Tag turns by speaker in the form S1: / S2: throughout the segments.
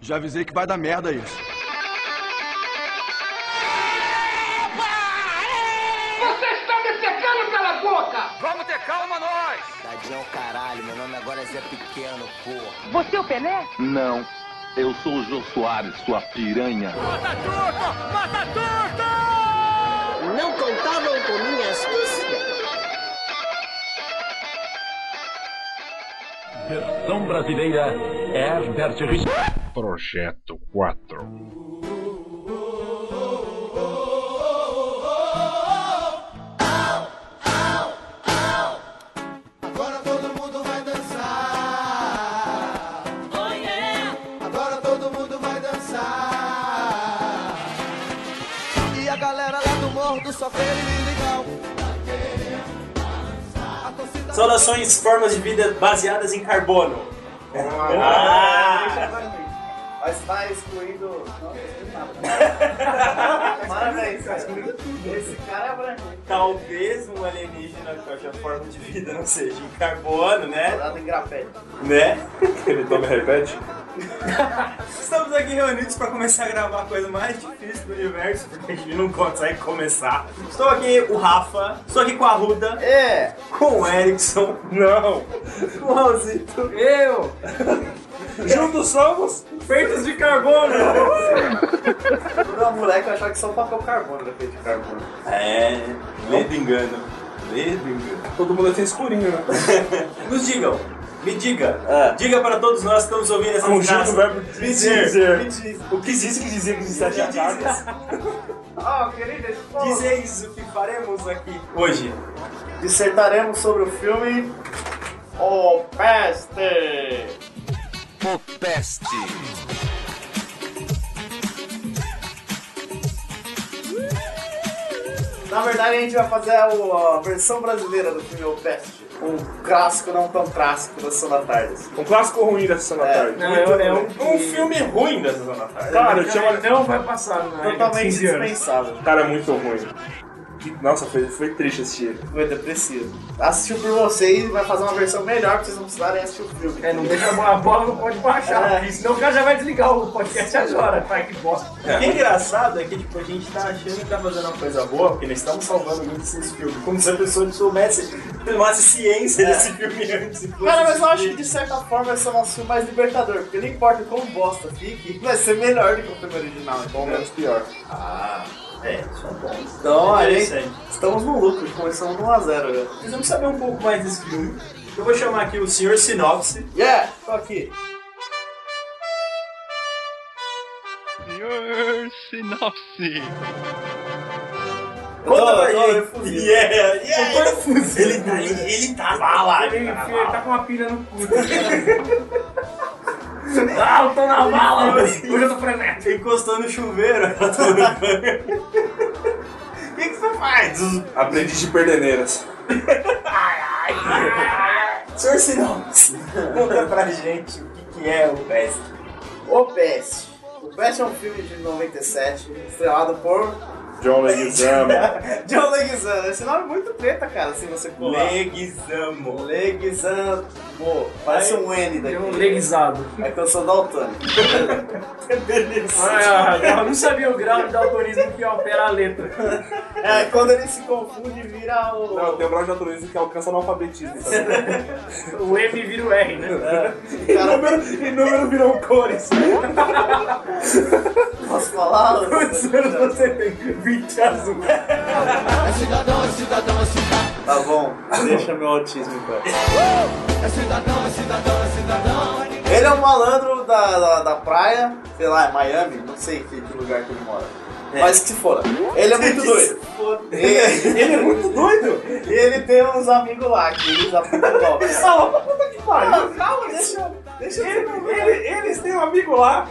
S1: Já avisei que vai dar merda isso.
S2: Você está me secando pela boca!
S3: Vamos ter calma nós!
S4: Tadinho, caralho, meu nome agora é Zé Pequeno, porra.
S5: Você é o Pelé?
S6: Não. Eu sou o Jô Soares, sua piranha.
S3: Mata turco! Mata turco!
S7: Não contavam com minha astúcia.
S8: Versão brasileira Herbert Richard.
S9: Projeto 4.
S10: Saudações, formas de vida baseadas em carbono. Ah!
S11: Mas tá excluindo. Não, Parabéns, tá excluindo tudo. Esse cara é abrangente.
S10: Talvez um alienígena cuja forma de vida não seja em carbono, né?
S11: Nada em grafete.
S10: Né? Ele toma repete? Estamos aqui reunidos para começar a gravar a coisa mais difícil do universo, porque a gente não consegue começar. Estou aqui o Rafa, estou aqui com a Ruda,
S11: É,
S10: com o Erickson, não, com o Raulzito, eu. Juntos somos feitos de carbono.
S11: toda moleque achar que só papel carbono era feito de carbono.
S10: É, ledo engano. Ledo engano.
S12: Todo mundo é ser escurinho, né?
S10: Nos digam, me diga,
S11: É.
S10: diga para todos nós que estamos ouvindo essa
S12: Um jogo do verbo
S10: me dizer, me diz-
S12: O que diz que dizer que está
S10: me
S12: chateado?
S10: diz-
S11: Ah, querida, esse povo-
S10: dizeis o que faremos aqui hoje.
S11: Dissertaremos sobre o filme. O Peste! Na verdade, a gente vai fazer o- a versão brasileira do filme O Peste. Um clássico, não tão clássico da Sessão da Tarde.
S12: Um clássico ruim da Sessão da
S11: É,
S12: Tarde.
S11: não,
S12: Muito
S11: é um-
S12: ruim.
S10: Um filme ruim da Sessão da Tarde.
S12: Cara, eu tinha até vai passar, né?
S11: Totalmente dispensável.
S12: Cara, é muito ruim. Nossa, foi, foi triste assistir ele.
S11: Foi depressivo. Assistiu por vocês e vai fazer uma versão melhor pra vocês não precisarem assistir o filme.
S13: É, não deixa a bola, não pode baixar.
S11: É.
S13: Senão o cara já vai desligar o podcast agora. Pai, que bosta.
S10: O que é engraçado é que tipo, a gente tá achando que tá fazendo uma coisa boa, porque nós estamos salvando muito esses filmes. Como se a pessoa não soubesse, tomasse ciência
S13: É.
S10: desse filme antes. e fosse
S11: Cara, mas eu acho
S10: assistir.
S11: que de certa forma esse é o nosso filme mais libertador, porque não importa o quão bosta fique, vai ser melhor do que o filme original, então ou menos pior.
S10: Ah, é, isso é bom.
S11: Então, a
S13: é
S11: gente,
S10: Interessante.
S11: estamos no lucro, começamos no né? 1x0 já.
S10: Precisamos saber um pouco mais desse filme. Eu vou chamar aqui o senhor Sinopse.
S11: Yeah, tô aqui.
S10: Conta pra
S11: tô
S10: gente.
S11: refugido.
S10: Yeah, yeah. Ele tá, ele, ele tá bala.
S13: Ele,
S10: Ele tá
S13: ele
S10: bala.
S13: tá com uma pilha no cu. ah, eu tô na bala. Hoje eu tô frenético.
S10: Encostou no chuveiro. ela tá no banho. O que, que você faz?
S12: Aprendiz de perdeneiras.
S10: Senhor Sinopse, conta pra gente o que, que é o Best.
S11: O Peste. O Peste é um filme de 97, estrelado por
S12: John Leguizamo.
S11: John Leguizamo. Esse nome é muito preta, cara, se você pular.
S10: Leguizamo.
S11: Leguizamo. Parece um N daqui.
S13: Deu um leguizado.
S11: É que eu sou daltônico. É
S13: Ah, eu não sabia o grau de daltonismo que opera a letra.
S11: É, quando ele se confunde, vira o.
S12: Não, tem um brother de natureza que alcança analfabetismo. sabe?
S13: O M vira o R, né?
S12: É. Em número, em número virou cores.
S11: Posso falar?
S12: Você tem 20 azul.
S11: Tá bom, deixa meu autismo em paz. Ele é um malandro da, da, da praia, sei lá, é Miami, não sei que, que lugar que ele mora. Mas que se foda. Ele é muito doido. Ele, ele é muito doido. E ele tem uns amigos lá que eles apontam golpes.
S10: Ah,
S11: Calma, puta que pariu. Calma, deixa eu. Deixa eu terminar.
S12: Eles têm um amigo lá.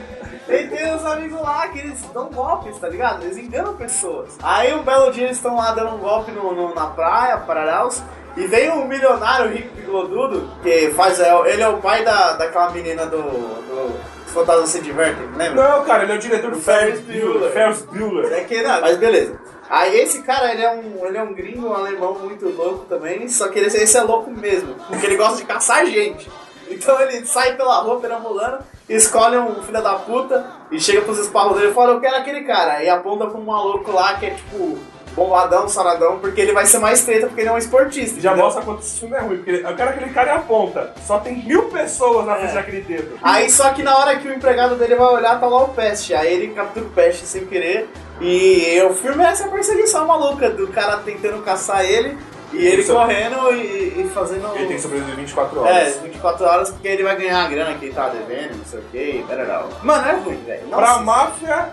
S11: Ele tem uns amigos lá que eles dão golpes, tá ligado? Eles enganam pessoas. Aí um belo dia eles estão lá dando um golpe no, no- na praia, Pararaus, e vem um milionário rico bigodudo, que faz. é o- Ele é o pai da, daquela menina do. do Os Fantasmas Se Divertem, lembra?
S12: Não, cara, ele é o diretor do Ferris Bueller. Ferris Bueller.
S11: É que não, mas beleza. Aí esse cara, ele é um, ele é um gringo, um alemão muito louco também, só que ele, esse é louco mesmo, porque ele gosta de caçar gente. Então ele sai pela rua perambulando, escolhe um filho da puta e chega pros esparros dele e fala, eu quero aquele cara. Aí aponta pra um maluco lá que é tipo bombadão, saradão, porque ele vai ser mais treta porque ele é um esportista.
S10: Já
S11: entendeu?
S10: mostra quanto esse filme é ruim, porque eu quero aquele cara e aponta. Só tem mil pessoas
S11: É.
S10: na frente daquele dedo.
S11: Aí só que na hora que o empregado dele vai olhar, tá lá o Peste. Aí ele captura o Peste sem querer. E o filme é essa perseguição maluca do cara tentando caçar ele e ele
S10: Isso.
S11: correndo e, e fazendo.
S10: Ele tem que sobreviver 24
S11: É,
S10: horas.
S11: 24 horas porque ele vai ganhar a grana que ele tava devendo, não sei o que, berarau. Mano, é ruim, velho. Nossa,
S10: pra máfia,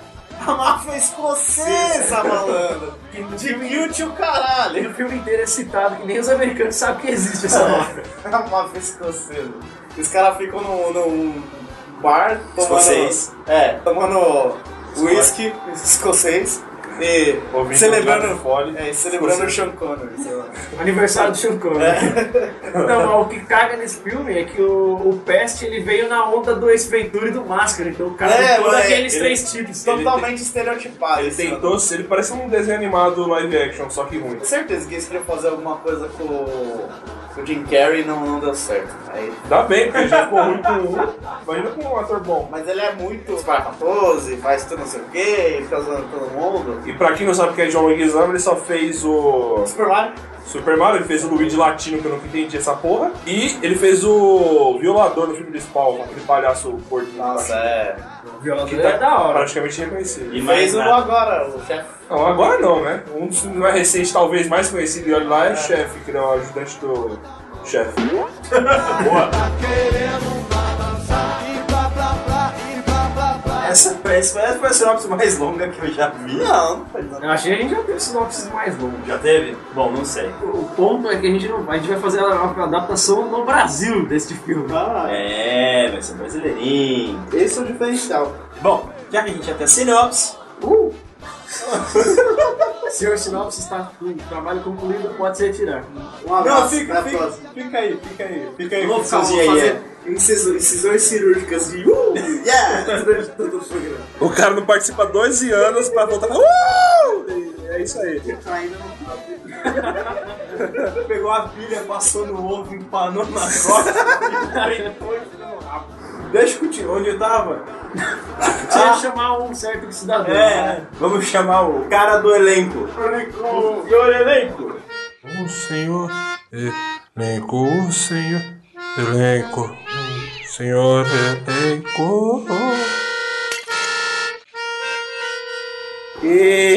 S11: a máfia escocesa, malandro. De mute o caralho.
S14: O filme inteiro é citado, que nem os americanos sabem que existe
S10: É.
S14: essa máfia.
S11: A máfia escocesa. Os caras ficam num, num bar tomando.
S10: Escocês.
S11: É, tomando whisky escocês e
S10: Ouvindo
S11: celebrando.
S10: Glenn Ford.
S11: É, e celebrando o
S10: Escocês.
S11: Sean Connery. sei lá.
S14: Aniversário do Sean Connery.
S11: É.
S14: Não, mas o que caga nesse filme é que o, o Pest ele veio na onda do Ace Ventura e do Máscara, então o cara
S11: É,
S14: tem todos
S11: mas Então tá
S14: aqueles
S10: ele-
S14: três tipos.
S11: Totalmente estereotipado.
S10: ele
S11: esse
S10: tentou. Ele parece um desenho animado live action, só que ruim.
S11: Com certeza que eles queriam fazer alguma coisa com o, com o Jim Carrey e não, não deu certo. Aí-
S10: Dá bem, porque já ficou ruim com um. Imagina com um ator bom.
S11: mas ele é muito espartatoso e faz tudo não sei o que, fica zoando todo mundo.
S10: E pra quem não sabe o que é John Leguizamo, ele só fez o
S11: Super Mario?
S10: Super Mario, ele fez o Luigi Latino, que eu nunca entendi essa porra. E ele fez o Violador no filme do Spawn, aquele palhaço gordinho.
S11: Nossa,
S10: baixinho,
S11: é.
S14: O violador
S10: que tá
S14: é da hora.
S10: Praticamente reconhecido.
S11: E um- fez o agora, o chefe.
S10: Não, agora não, né? Um dos filmes mais recentes, talvez mais conhecido, e olha lá, é, o Chefe, que ele é o ajudante do chefe.
S15: Essa parece parece foi a sinopse mais longa que eu já vi.
S11: Não, não faz nada.
S14: Eu achei que a gente já teve sinopses mais longas.
S15: Já teve? Bom, não sei.
S14: O ponto é que a gente, não, a gente vai fazer a, a adaptação no Brasil deste filme.
S11: Ah,
S15: É, vai ser brasileirinho.
S11: esse é o diferencial.
S15: Bom, já que a gente já tem a sinopse, Uh!
S14: Senhor Sinopse está com trabalho concluído, pode se retirar.
S11: Um abraço.
S15: Não, fica-
S11: até a
S15: fica-
S11: próxima.
S10: Fica aí, fica aí, fica aí.
S11: Eu vou ficar vou
S15: Cozinha aí, é.
S11: fazer inciso- incisões cirúrgicas de uh, yeah, durante todo o programa.
S10: O cara não participa há 12 anos pra voltar. Uh! É isso aí.
S14: tá
S11: Ainda não
S15: pegou a pilha, passou no ovo, empanou na costa, enfrentou e ficou no rabo. Deixa eu continuar onde eu tava.
S14: Tinha que chamar um certo de cidadão.
S15: É, vamos chamar o cara do elenco. O senhor elenco.
S16: O senhor elenco, o senhor elenco, o senhor elenco.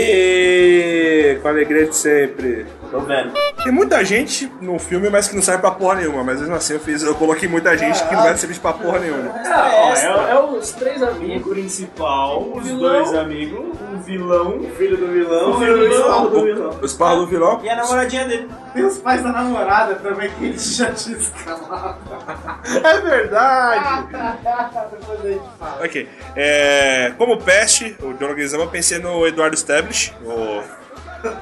S10: E com alegria de sempre.
S15: Tô vendo.
S10: Tem muita gente no filme, mas que não serve pra porra nenhuma. Mas mesmo assim eu fiz, eu coloquei muita gente que não vai servir pra porra nenhuma.
S14: ó, é, é os três amigos.
S15: principal,
S14: os dois
S15: amigos, o vilão,
S11: O filho do vilão,
S15: O filho do vilão.
S11: do vilão.
S10: Os parros do vilão.
S15: e a namoradinha dele.
S11: Tem os pais da namorada também que ele já tinha escalado.
S10: É verdade!
S15: Ah, tá.
S10: ok. É, como peste, o John Leguizamo, eu pensei no Eduardo Stablish, o,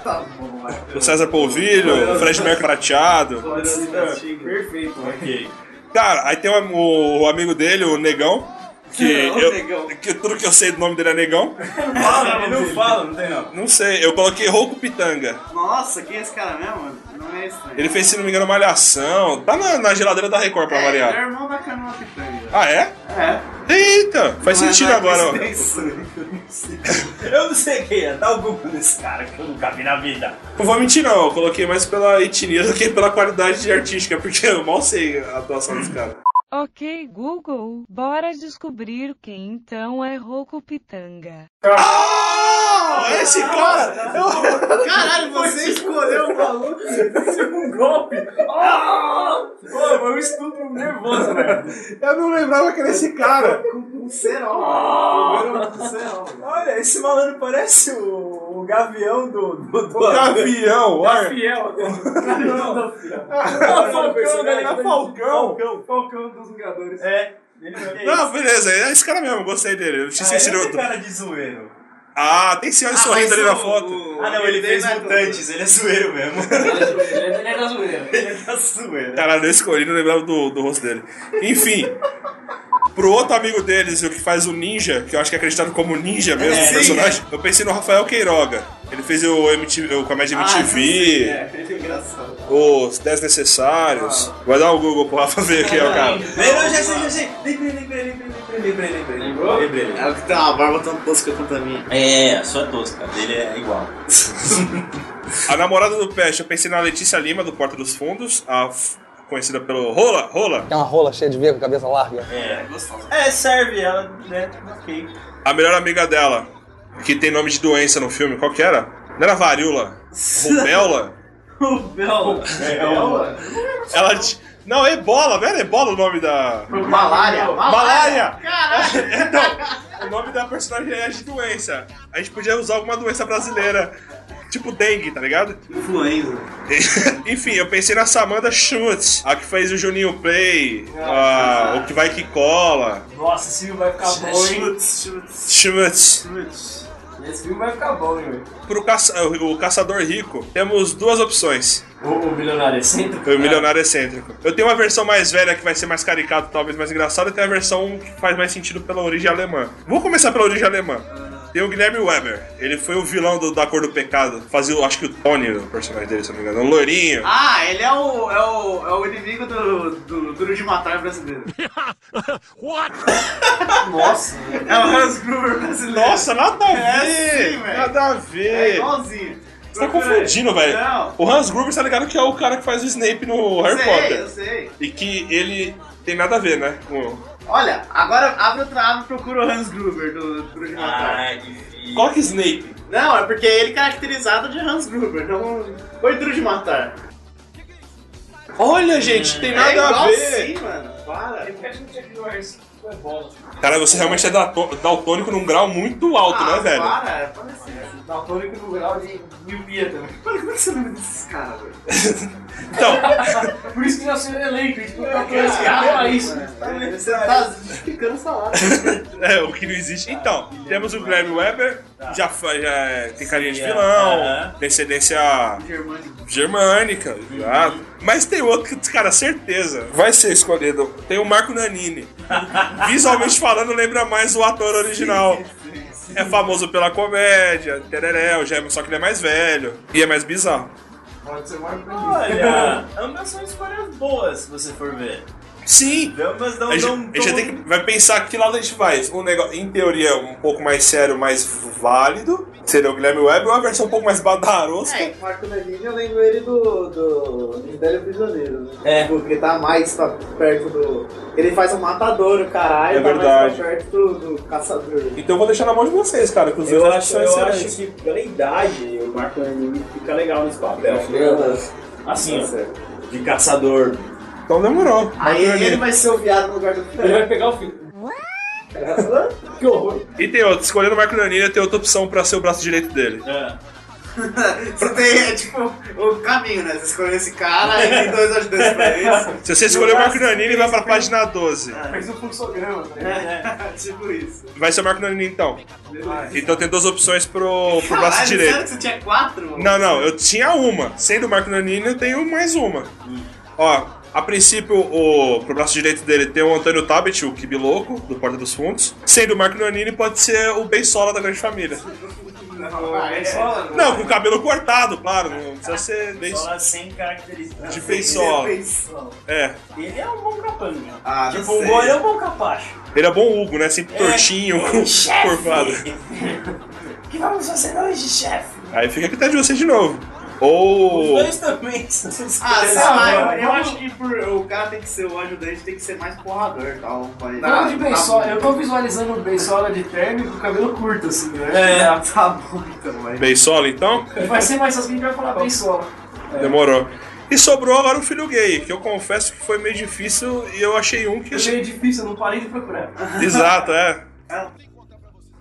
S11: Tá bom, vai.
S10: o César Polvilho, o Fred Mercury prateado.
S11: Olha tá as investigas.
S14: Perfeito, né?
S15: Ok.
S10: Cara, aí tem o, o amigo dele, o Negão. Que,
S11: Não,
S10: eu-
S11: Negão.
S10: que tudo que eu sei do nome dele é Negão.
S15: Fala, não fala, não tem não.
S10: Não sei, eu coloquei Rouco Pitanga.
S11: Nossa, quem é esse cara mesmo? Não é estranho.
S10: Ele fez, se não me engano, Malhação. Tá na, na geladeira da Record pra
S11: é, ele é
S10: variar.
S11: irmão da canoa pitanga.
S10: Ah, é?
S11: É.
S10: Eita, faz
S11: Não é
S10: sentido
S11: nada
S10: agora, ó.
S11: coincidência.
S15: Eu não sei quem é, dá o Google nesse cara que eu nunca vi na vida.
S10: Não vou mentir, não. Eu coloquei mais pela etnia do que pela qualidade artística, porque eu mal sei a atuação dos caras.
S13: Ok, Google, bora descobrir quem então é Roku Pitanga.
S10: Ah, esse cara!
S11: Caralho, você escolheu o maluco.
S15: um Pô, foi um estupro nervoso, velho.
S10: Eu não lembrava que era esse cara.
S11: Um cerol. Primeiro um cerol.
S15: Ah! Olha, esse malandro parece o, o gavião do. do, do
S10: Gavião, olha.
S14: Fiel.
S15: Não, não.
S10: Falcão, né?
S11: é
S10: Era Falcão.
S15: Falcão,
S14: Falcão dos Vingadores.
S15: É. Ele é Ah,
S10: Não, beleza, é esse cara mesmo, gostei dele. Eu
S15: esse
S10: tinha esquecido
S15: esse
S10: outro.
S15: cara de zoeiro.
S10: Ah, tem senhora sorrindo ali na foto.
S15: Ah, não, ele fez mutantes, ele é zoeiro mesmo.
S14: Ele é da zoeira.
S15: ele é da zoeira.
S12: Tá.
S10: Caralho, eu escolhi, não lembrava do, do rosto dele. Enfim.
S12: Pro outro amigo deles, o que faz o ninja, que eu acho que é acreditado como ninja mesmo,
S10: É,
S12: o
S10: sim,
S12: personagem, eu pensei no Rafael Queiroga. Ele fez o, MTV, o Comédia MTV,
S10: é engraçado.
S12: os 10 Necessários. Vai dar um Google pro Rafa ver aqui, ó, cara.
S10: Lembrou, já sei, já sei. Lembrei, lembrei, lembrei, lembrei, lembrei, lembrei. Lembrou? Lembrei.
S11: É o que tem uma barba tão tosca quanto a minha.
S12: É, a sua tosca, dele é igual. a namorada do Peste, eu pensei na Letícia Lima, do Porta dos Fundos, a f- conhecida pelo Rola, Rola.
S17: É uma rola cheia de veia com cabeça larga.
S12: É,
S10: É, serve ela, né? Ok.
S12: A melhor amiga dela, que tem nome de doença no filme, qual que era? Não era varíola? Rubéola?
S10: Não,
S13: É
S10: ela.
S12: Ela. t- Não, ebola, não era ebola o nome da.
S11: Malária.
S12: Malária! Então, o nome da personagem é de doença. A gente podia usar alguma doença brasileira. Tipo dengue, tá ligado?
S11: Influenza.
S12: Enfim, eu pensei na Samanda Schmutz, a que fez o Juninho Play, a- o que vai que cola.
S13: Nossa, esse filme vai ficar bom, hein?
S12: Schmutz.
S13: Esse filme vai ficar bom, hein, velho?
S12: Pro caça- o caçador rico, temos duas opções.
S13: O, o milionário excêntrico?
S12: O milionário excêntrico. Eu tenho uma versão mais velha que vai ser mais caricato, talvez mais engraçada, e tem a versão que faz mais sentido pela origem alemã. Vou começar pela origem alemã. Tem o Guilherme Weber, ele foi o vilão do- da Cor do Pecado, fazia, o- acho que o Tony, o personagem dele, se eu não me engano, um loirinho.
S11: Ah, ele é o, é o, é o inimigo do, do Duro de Matar é brasileiro.
S3: What?
S11: Nossa. É o Hans Gruber brasileiro.
S12: Nossa, nada a ver!
S11: É sim, velho.
S12: nada a ver!
S11: É igualzinho.
S12: Você tá confundindo, velho.
S11: Não.
S12: O Hans Gruber, tá ligado que é o cara que faz o Snape no Harry
S11: sei,
S12: Potter.
S11: eu sei.
S12: E que ele tem nada a ver, né? com-
S11: Olha, agora abre outra aba e procura o Hans Gruber do Duro de Matar.
S12: Coloca Snape.
S11: Não, é porque ele é caracterizado de Hans Gruber, não foi duro de matar.
S12: Olha, gente, tem
S11: É
S12: nada a
S11: igual
S12: ver.
S11: sim, mano. Para.
S12: Cara, você realmente é dalto- daltônico num grau muito alto, né, velho?
S11: Para, para assim. Daltônico no grau de miopia também. Mano, como é que você lembra desses caras, velho?
S12: Então,
S13: Por isso que já se elenco, a gente colocou esse cara pra
S11: Cara,
S13: isso.
S11: mano, Você tá justificando o salário.
S12: É, o que não existe. Então, temos o Guilherme Weber, já, fa- já é- tem carinha de
S11: Sim, é.
S12: vilão,
S11: Aham.
S12: descendência
S11: Germânico.
S12: germânica, exato. mas tem outro que, cara, certeza, vai ser escolhido. Tem o Marco Nanini. Visualmente falando, lembra mais o ator original. É famoso pela comédia, tereré, o Gêmeo, só que ele é mais velho e é mais bizarro.
S11: Pode ser mais
S10: Olha, ambas são escolhas boas, se você for ver.
S12: Sim!
S10: Ambas não
S12: a gente,
S10: dão
S12: a gente tem que, vai pensar que lado a gente faz. Um negócio, em teoria, um pouco mais sério, mais válido. Seria o Guilherme Webb, ou uma versão um pouco mais badarosca.
S11: É, o Marco Nanini, eu lembro ele do, do Império Prisioneiro, né?
S12: É.
S11: Porque tá mais pra perto do... Ele faz um matador, o caralho.
S12: É
S11: tá
S12: verdade.
S11: mais pra perto do, do caçador.
S12: Então eu vou deixar na mão de vocês, cara, que os
S18: Eu
S12: dois
S18: acho, eu acho que pela idade o Marco Anime fica legal nesse
S13: É,
S18: papel. Assim, ó, de caçador.
S12: Então demorou.
S11: Aí ele, vai ser o viado no lugar do filho.
S13: Ele vai pegar o filho.
S11: que horror.
S12: E tem outro, escolhendo o Marco Nanini, tem outra opção pra ser o braço direito dele.
S18: É.
S11: Você tem, é, tipo, o caminho, né? Você escolheu esse cara, aí tem dois ajudantes pra isso.
S12: Se você escolher o Marco Nanini, vai pra
S18: é-
S12: página 12.
S11: Fez um fluxograma, né? tipo isso.
S12: Vai ser o Marco Nanini então. Então tem duas opções pro, pro braço
S11: Caralho,
S12: direito.
S11: sério que você tinha quatro? mano?
S12: Não, não, eu tinha uma. Sendo o Marco Nanini, eu tenho mais uma. Ó, a princípio, o, pro braço direito dele tem o Antônio Tabet, o Kibi Louco, do Porta dos Fundos. Sendo o Marco Nanini, pode ser o Beisola da Grande Família.
S11: Não, é só-
S12: Não, com o cabelo cortado, claro. Não precisa ser bem...
S18: Só sem características.
S12: De feiçola. É.
S18: Ele é um bom capanga.
S11: Ah,
S18: tipo,
S12: não
S18: o
S12: sei.
S18: Gol é um bom capacho.
S12: Ele é bom Hugo, né? Sempre tortinho,
S18: chefe.
S12: curvado.
S18: Que vamos fazer hoje, chefe?
S12: Aí fica aqui atrás de você de novo. Ou.
S18: Os dois também são
S11: Ah, sei
S18: são-
S11: lá, eu, eu acho que por- o cara tem que ser o ajudante, tem que ser mais porrador, tá? Um pai-
S13: Não,
S10: Ah,
S13: de
S11: tá-
S13: Bensola, eu tô visualizando o Bensola de terno e com o cabelo curto, assim, né?
S11: É, tá bom então, mas...
S12: Beisola, então?
S13: Vai ser mais assim que vai falar Bensola.
S12: Demorou. E sobrou agora o filho gay, que eu confesso que foi meio difícil e eu achei um que.
S13: Achei difícil, eu não parei de procurar.
S12: Exato, é.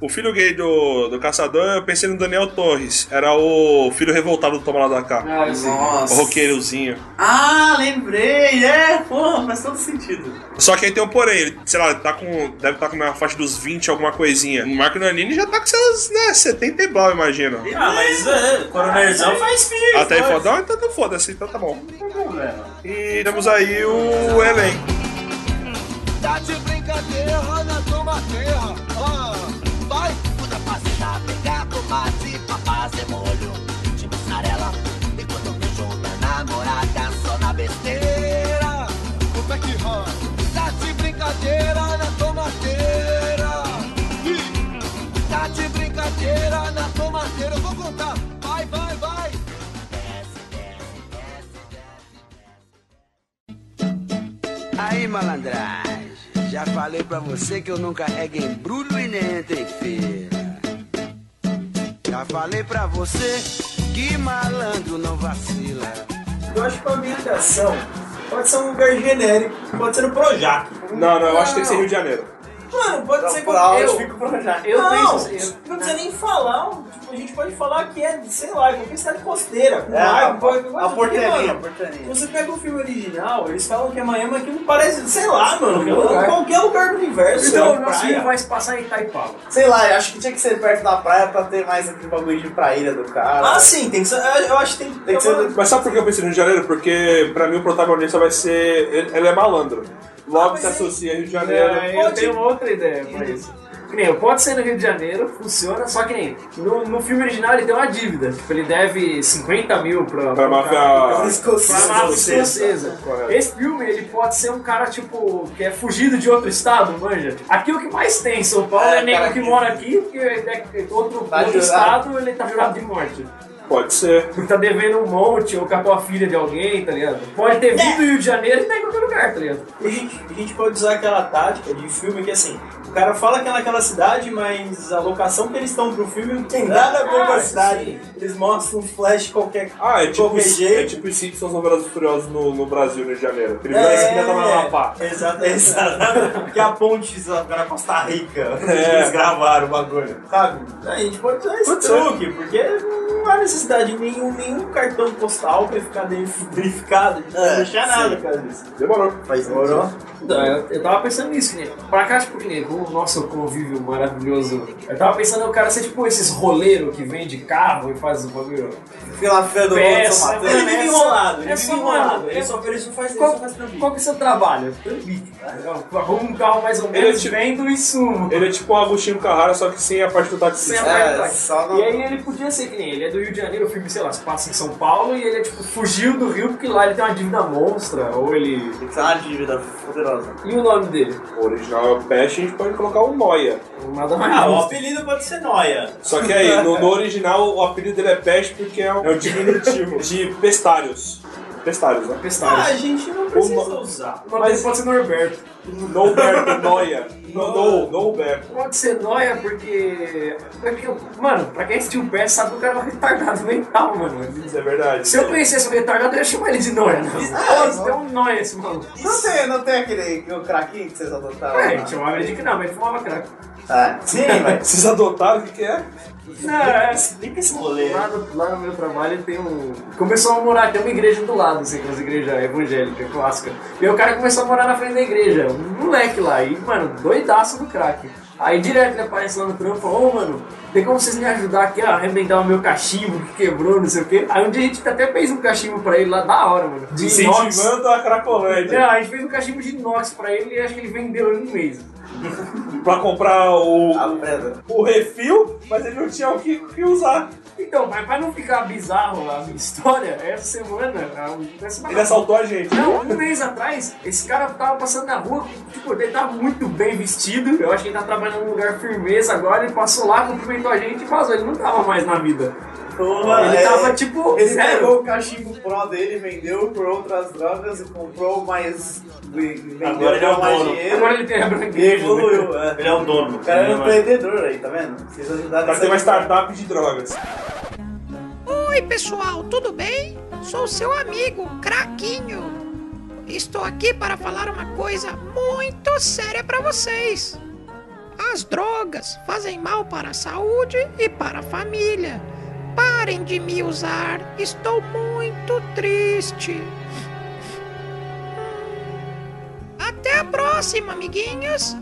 S12: O filho gay do, do caçador, eu pensei no Daniel Torres. Era o filho revoltado do Toma Lá da Cá.
S11: Ah, eu sei. Nossa.
S12: O roqueirozinho.
S11: Ah, lembrei, é, porra, faz todo sentido.
S12: Só que aí tem um porém, ele, sei lá, tá com, deve estar com uma faixa dos 20, alguma coisinha. O Marco Nanini já tá com seus, né, 70 e blau, eu imagino.
S18: Ah, mas é, coronelzão faz filho.
S12: Até aí
S18: foda.
S12: fodão, então tá foda-se, então tá bom. E temos aí o elenco.
S19: Tá de brincadeira na tua terra. Ah, vai, muda fazenda, pegar tomate pra fazer molho de mussarela. E quando me junta namorada, só na besteira. Como é que rola? Tá de brincadeira na tomateira. Ih, Tá de brincadeira na tomateira. Eu vou contar. Vai, vai, vai.
S4: Aí, malandragem, já falei pra você que eu não carrego embrulho e nem entro em feira. Já falei pra você que malandro não vacila.
S10: Eu acho que a ambientação pode ser um lugar genérico, pode ser no Projac.
S12: Não, não, eu acho que tem que ser Rio de Janeiro.
S10: Mano, pode ser
S11: por aula,
S10: eu,
S11: fica por já.
S10: Eu
S11: Não,
S10: não, tipo,
S11: eu-
S10: não precisa nem falar. um- tipo, a gente pode falar que é, sei lá, qualquer cidade costeira. com
S11: É,
S10: lago,
S11: a-
S10: pode-
S11: a
S10: porque,
S11: porteirinha,
S10: tipo, mano,
S11: a porteirinha.
S10: Você pega o filme original, eles falam que é Miami, aquilo parece, sei lá, mano,
S13: Qualquer
S10: qualquer lugar,
S13: lugar.
S10: do universo.
S13: Então,
S10: é
S13: nosso
S10: praia.
S13: filme vai se passar em Itaipava.
S11: Sei lá, eu acho que tinha que ser perto da praia pra ter mais aquele bagulho de praia do cara. É
S10: Ah, sim, tem que ser. eu- Eu acho que tem que,
S11: Tem que ser do-
S12: Mas sabe por que eu pensei no Rio de Janeiro? Porque pra mim o protagonista vai ser. Ele, ele é malandro. Logo se associa a Rio de Janeiro.
S13: É, eu tenho uma outra ideia pra isso. Que nem, pode ser no Rio de Janeiro, funciona, só que nem, no, no filme original ele tem uma dívida. Tipo, ele deve 50 mil pra...
S12: Pra máfia-
S13: Pra
S12: escocesa.
S13: pra máfia escocesa.
S12: Correto.
S13: Esse filme, ele pode ser um cara, tipo, que é fugido de outro estado, manja. Aqui o que mais tem em São Paulo
S11: É,
S13: é, nego
S11: cara,
S13: que
S11: aqui-
S13: mora aqui, porque é- é outro,
S11: Tá
S13: outro
S11: jurado.
S13: estado ele tá jurado de morte.
S12: Pode ser.
S13: Tá devendo um monte, ou catou a filha de alguém, tá ligado? Pode ter vindo do Rio de Janeiro e tá em qualquer lugar, tá ligado?
S10: A gente, a gente pode usar aquela tática de filme que assim, o cara fala que é naquela cidade, mas a locação que eles estão pro filme não tem nada a ver com
S12: Ah,
S10: a cidade. Eles mostram um flash qualquer,
S12: Ah, é
S10: de
S12: tipo,
S10: qualquer
S12: é
S10: jeito.
S12: tipo os Simpsons ou Velozes e Furiosos no, no Brasil, no Rio de Janeiro. Primeiro a esquina tá na Lapa.
S10: Exato, exato. que a ponte na Costa Rica,
S12: É.
S10: eles gravaram o bagulho, sabe? é. A gente pode usar esse
S12: Pode ser.
S10: truque, porque não há necessidade de nenhum, nenhum cartão postal pra ficar verificado, a gente não
S11: É,
S10: vai deixar nada
S11: sim.
S10: por causa disso.
S12: Demorou.
S11: Faz
S13: Demorou?
S11: sentido.
S13: Então, eu, eu tava pensando nisso, né? Pra cá, tipo, que nem o nosso convívio maravilhoso. Eu tava pensando no cara ser tipo esses roleiros que vende carro e faz o bagulho.
S11: Pela fé do
S13: Peça,
S11: São Mateus.
S13: né?
S10: Ele vive enrolado, ele
S13: é
S10: vive
S13: só,
S10: enrolado.
S13: mano,
S10: Ele
S13: é-
S10: só ele só faz
S13: Qual,
S10: ele só faz trambique.
S13: qual que é o seu trabalho? Trambique. Eu Arrumo um carro mais ou
S12: Ele é
S13: menos,
S12: tipo-
S13: vendo e sumo.
S12: Ele é tipo um Agostinho Carrara, só que sem a parte do
S13: Sem
S12: taxista.
S13: a parte da- tá E aí ele podia ser que nem ele é do Rio de Janeiro, o filme, sei lá, se passa em São Paulo e ele é tipo, fugiu do Rio porque lá ele tem uma dívida monstra, ou ele.
S11: Tem que ser uma dívida poderosa.
S13: E o nome dele?
S12: O original é o Peste, a gente pode colocar o Noia.
S13: Nada mais
S10: Ah, o
S13: justo.
S10: apelido pode ser Noia.
S12: Só que aí, no, no original, o apelido dele é Peste porque é um, é um diminutivo de Pestários. Pestários, né?
S10: Ah, a
S13: Pestários.
S10: gente não
S12: O
S10: precisa
S12: no-
S10: usar.
S13: O nome dele pode ser Norberto.
S12: Norberto Noia. No, no, Norberto.
S13: Pode ser noia porque. porque, Mano, pra quem assistiu o pé sabe que o cara é um retardado mental, mano.
S12: Isso é verdade.
S13: Se eu conhecesse um retardado, eu ia chamar ele de noia. Não, é um noia esse maluco.
S11: Não tem, não tem aquele o craquinho que vocês adotaram?
S13: É, tipo,
S11: lá?
S13: a gente chamava ele de que não, mas ele fumava crack.
S11: Ah, sim, mas.
S12: Vocês adotaram o que, que é?
S13: Não, é.
S10: Explica esse rolê.
S13: Lá no, lá no meu trabalho tem um. Começou a morar, tem uma igreja do lado, assim, aquelas igrejas evangélicas, clássicas. E aí o cara começou a morar na frente da igreja, um moleque lá, e, mano, doidaço do crack. Aí direto ele aparece lá no trampo e fala, ô mano, tem como vocês me ajudar aqui a arrebentar o meu cachimbo que quebrou, não sei o quê. Aí um dia a gente até fez um cachimbo pra ele lá da hora, mano. De inox.
S12: Incentivando a Cracolândia.
S13: Não, a gente fez um cachimbo de inox pra ele e acho que ele vendeu em um mês.
S12: Pra comprar o,
S11: A prenda.
S12: o refil, mas ele não tinha o que, o que usar.
S13: Então, mas pra não ficar bizarro a minha história, essa semana, a- essa
S12: Ele assaltou a gente.
S13: Não, um mês atrás, esse cara tava passando na rua, tipo, ele tava muito bem vestido. Eu acho que ele tá trabalhando num lugar firmeza agora. Ele passou lá, cumprimentou a gente e vazou. Ele não tava mais na vida. ele
S11: é-
S13: tava, tipo,
S11: Ele
S13: zero.
S11: pegou o cachimbo pro dele, vendeu por outras drogas e comprou mais. e- Vendeu
S10: Agora ele é o
S11: mais
S10: dono.
S11: dinheiro.
S13: Agora ele tem a
S11: E
S13: branqueja. né?
S11: evoluiu, é.
S10: Ele é o dono.
S11: O cara é um
S10: Ele é mais-
S11: empreendedor aí, tá vendo? Vocês ajudaram
S12: Pra
S11: nessa
S12: ter uma
S11: história.
S12: startup de drogas.
S15: Oi, pessoal, tudo bem? Sou seu amigo, Craquinho. Estou aqui para falar uma coisa muito séria para vocês. As drogas fazem mal para a saúde e para a família. Parem de me usar, estou muito triste. Até a próxima, amiguinhos.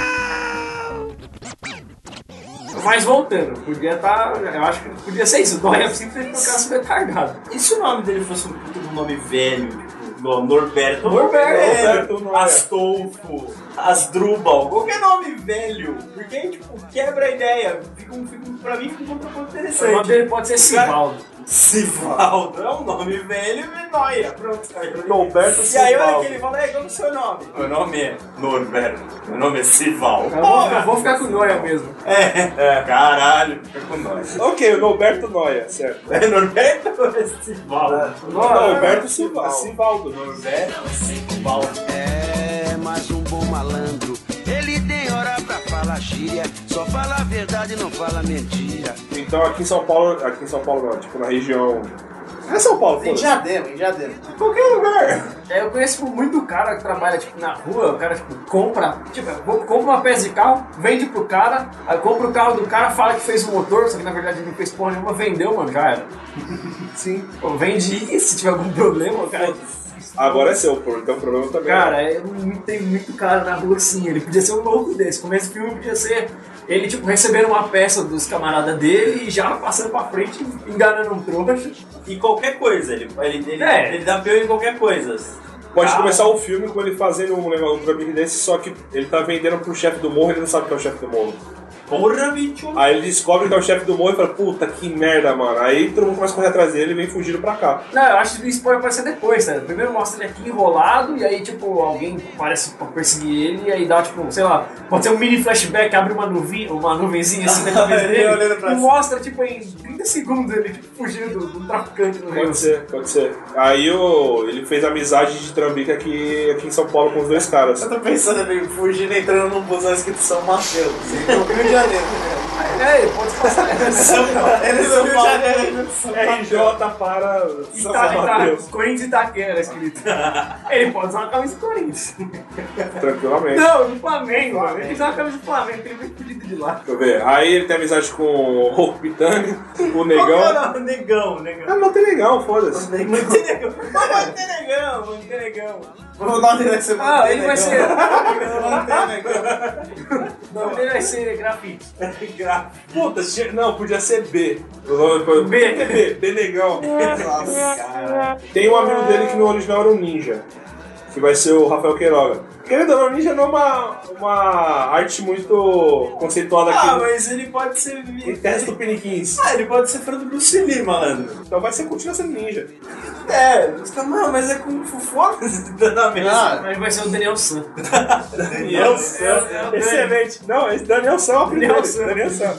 S15: Tchau!
S13: Mas voltando, podia tá. Eu acho que podia ser isso. Dói é simplesmente por causa do retardado.
S10: E se o nome dele fosse um puta de um nome velho? Tipo, Igual Norberto.
S18: Norberto,
S10: Norberto,
S18: Norberto.
S10: Astolfo, Asdrubal, qualquer nome velho. Porque aí, tipo, quebra a ideia. Fica um, fica um, pra mim fica um contraponto interessante.
S13: O nome dele pode ser Sivaldo.
S10: Sivaldo é um nome velho e noia. Pronto. Aí eu-
S18: Norberto
S10: E aí olha
S18: Sivaldo.
S10: que ele fala, aí, qual que é o seu nome? Meu
S18: nome
S10: é Norberto. Meu nome é Sival.
S13: Eu vou, eu vou ficar com Noia mesmo.
S10: É, é, caralho, fica com nós.
S12: Ok, o Norberto Noia, certo.
S10: É Norberto ou é Sivaldo?
S12: Norberto Siva- Sivaldo.
S10: Norberto é Sivaldo.
S4: É mais um bom malandro. Ele tem hora pra falar gíria. Só fala a verdade, não fala mentira.
S12: Então aqui em São Paulo, aqui em São Paulo não, tipo na região. É São Paulo,
S11: Em
S12: foda-se.
S11: Diadema, em Diadema.
S10: Qualquer lugar.
S13: É, eu conheço tipo, muito cara que trabalha tipo, na rua, o cara tipo, compra, tipo, co- compra uma peça de carro, vende pro cara, aí compra o carro do cara, fala que fez o motor, só que na verdade ele não fez porra nenhuma, vendeu, mano, já era. Sim. Pô, vende e se tiver algum problema, cara.
S12: Agora é seu, pô, então o problema também.
S13: Cara, é, muito- tem muito cara na rua assim, ele podia ser um louco desse. Começo do filme podia ser ele, tipo, recebendo uma peça dos camaradas dele e já passando pra frente, enganando um trouxa.
S10: E qualquer coisa, ele, ele, ele,
S13: É.
S10: ele dá pelo em qualquer coisa.
S12: Pode
S10: Carro.
S12: começar o filme com ele fazendo um negócio um trambique desse, só que ele tá vendendo pro chefe do morro e ele não sabe que é o chefe do morro.
S10: Porra, um, bicho!
S12: Aí ele descobre que é o chefe do morro e fala, puta que merda, mano. Aí todo mundo começa a correr atrás dele e vem fugindo pra cá.
S13: Não, eu acho que isso pode aparecer depois, tá? Primeiro mostra ele aqui enrolado e aí, tipo, alguém parece pra perseguir ele e aí dá, tipo, sei lá, pode ser um mini flashback, abre uma nuvem, uma nuvenzinha assim na cabeça
S10: Ele
S13: dele
S10: olhando pra
S13: e
S10: cima.
S13: mostra, tipo, em 30 segundos ele, tipo, fugindo do, do traficante no Rio.
S12: Pode ser, pode ser. Aí o, ele fez amizade de trambique aqui, aqui em São Paulo com os dois caras.
S11: Eu tô pensando ali, fugindo, entrando num busão escrito São Mateus. assim, No Rio de Janeiro.
S13: É, ele pode passar.
S11: São Paulo. Ele é do Rio de Janeiro.
S12: RJ para São
S13: Ita- Ita-
S12: Mateus.
S13: Corinthians e Itaquera, escrito. Ele pode usar uma camisa do Corinthians.
S12: Tranquilamente.
S13: Não, do Flamengo. mano. Ele usar uma camisa do Flamengo, que ele vem fudido de lá.
S12: Deixa eu ver. Aí ele tem amizade com o Hulk Pitanga, o Negão.
S10: Não, negão, negão.
S12: É Montenegão, foda-se.
S10: Montenegão. Montenegão, Montenegão.
S11: O nome vai ser
S13: Ah, ele vai ser.
S11: Montenegão.
S13: Não, ele vai ser grafite.
S10: Gra-
S12: Puta, che- não, podia ser B. O nome foi-
S13: B.
S12: B, B Negão.
S11: Nossa, cara.
S12: Tem um amigo dele que no original era um ninja, que vai ser o Rafael Queiroga. Querendo ou não, ninja não é uma, uma arte muito conceituada aqui.
S10: Ah,
S12: no-
S10: mas ele pode ser.
S12: Em Terras Tupiniquins.
S10: Ah, ele pode ser fã do Bruce Lee, malandro.
S12: Então vai ser continua sendo ninja.
S10: É, mas calma, mas é com fofoca na mesa.
S13: Mas vai ser o Daniel San.
S12: Daniel
S10: É,
S12: Sam. Excelente. Não, esse Daniel Sam é o primeiro.
S13: Daniel Sam.
S12: Daniel Sam.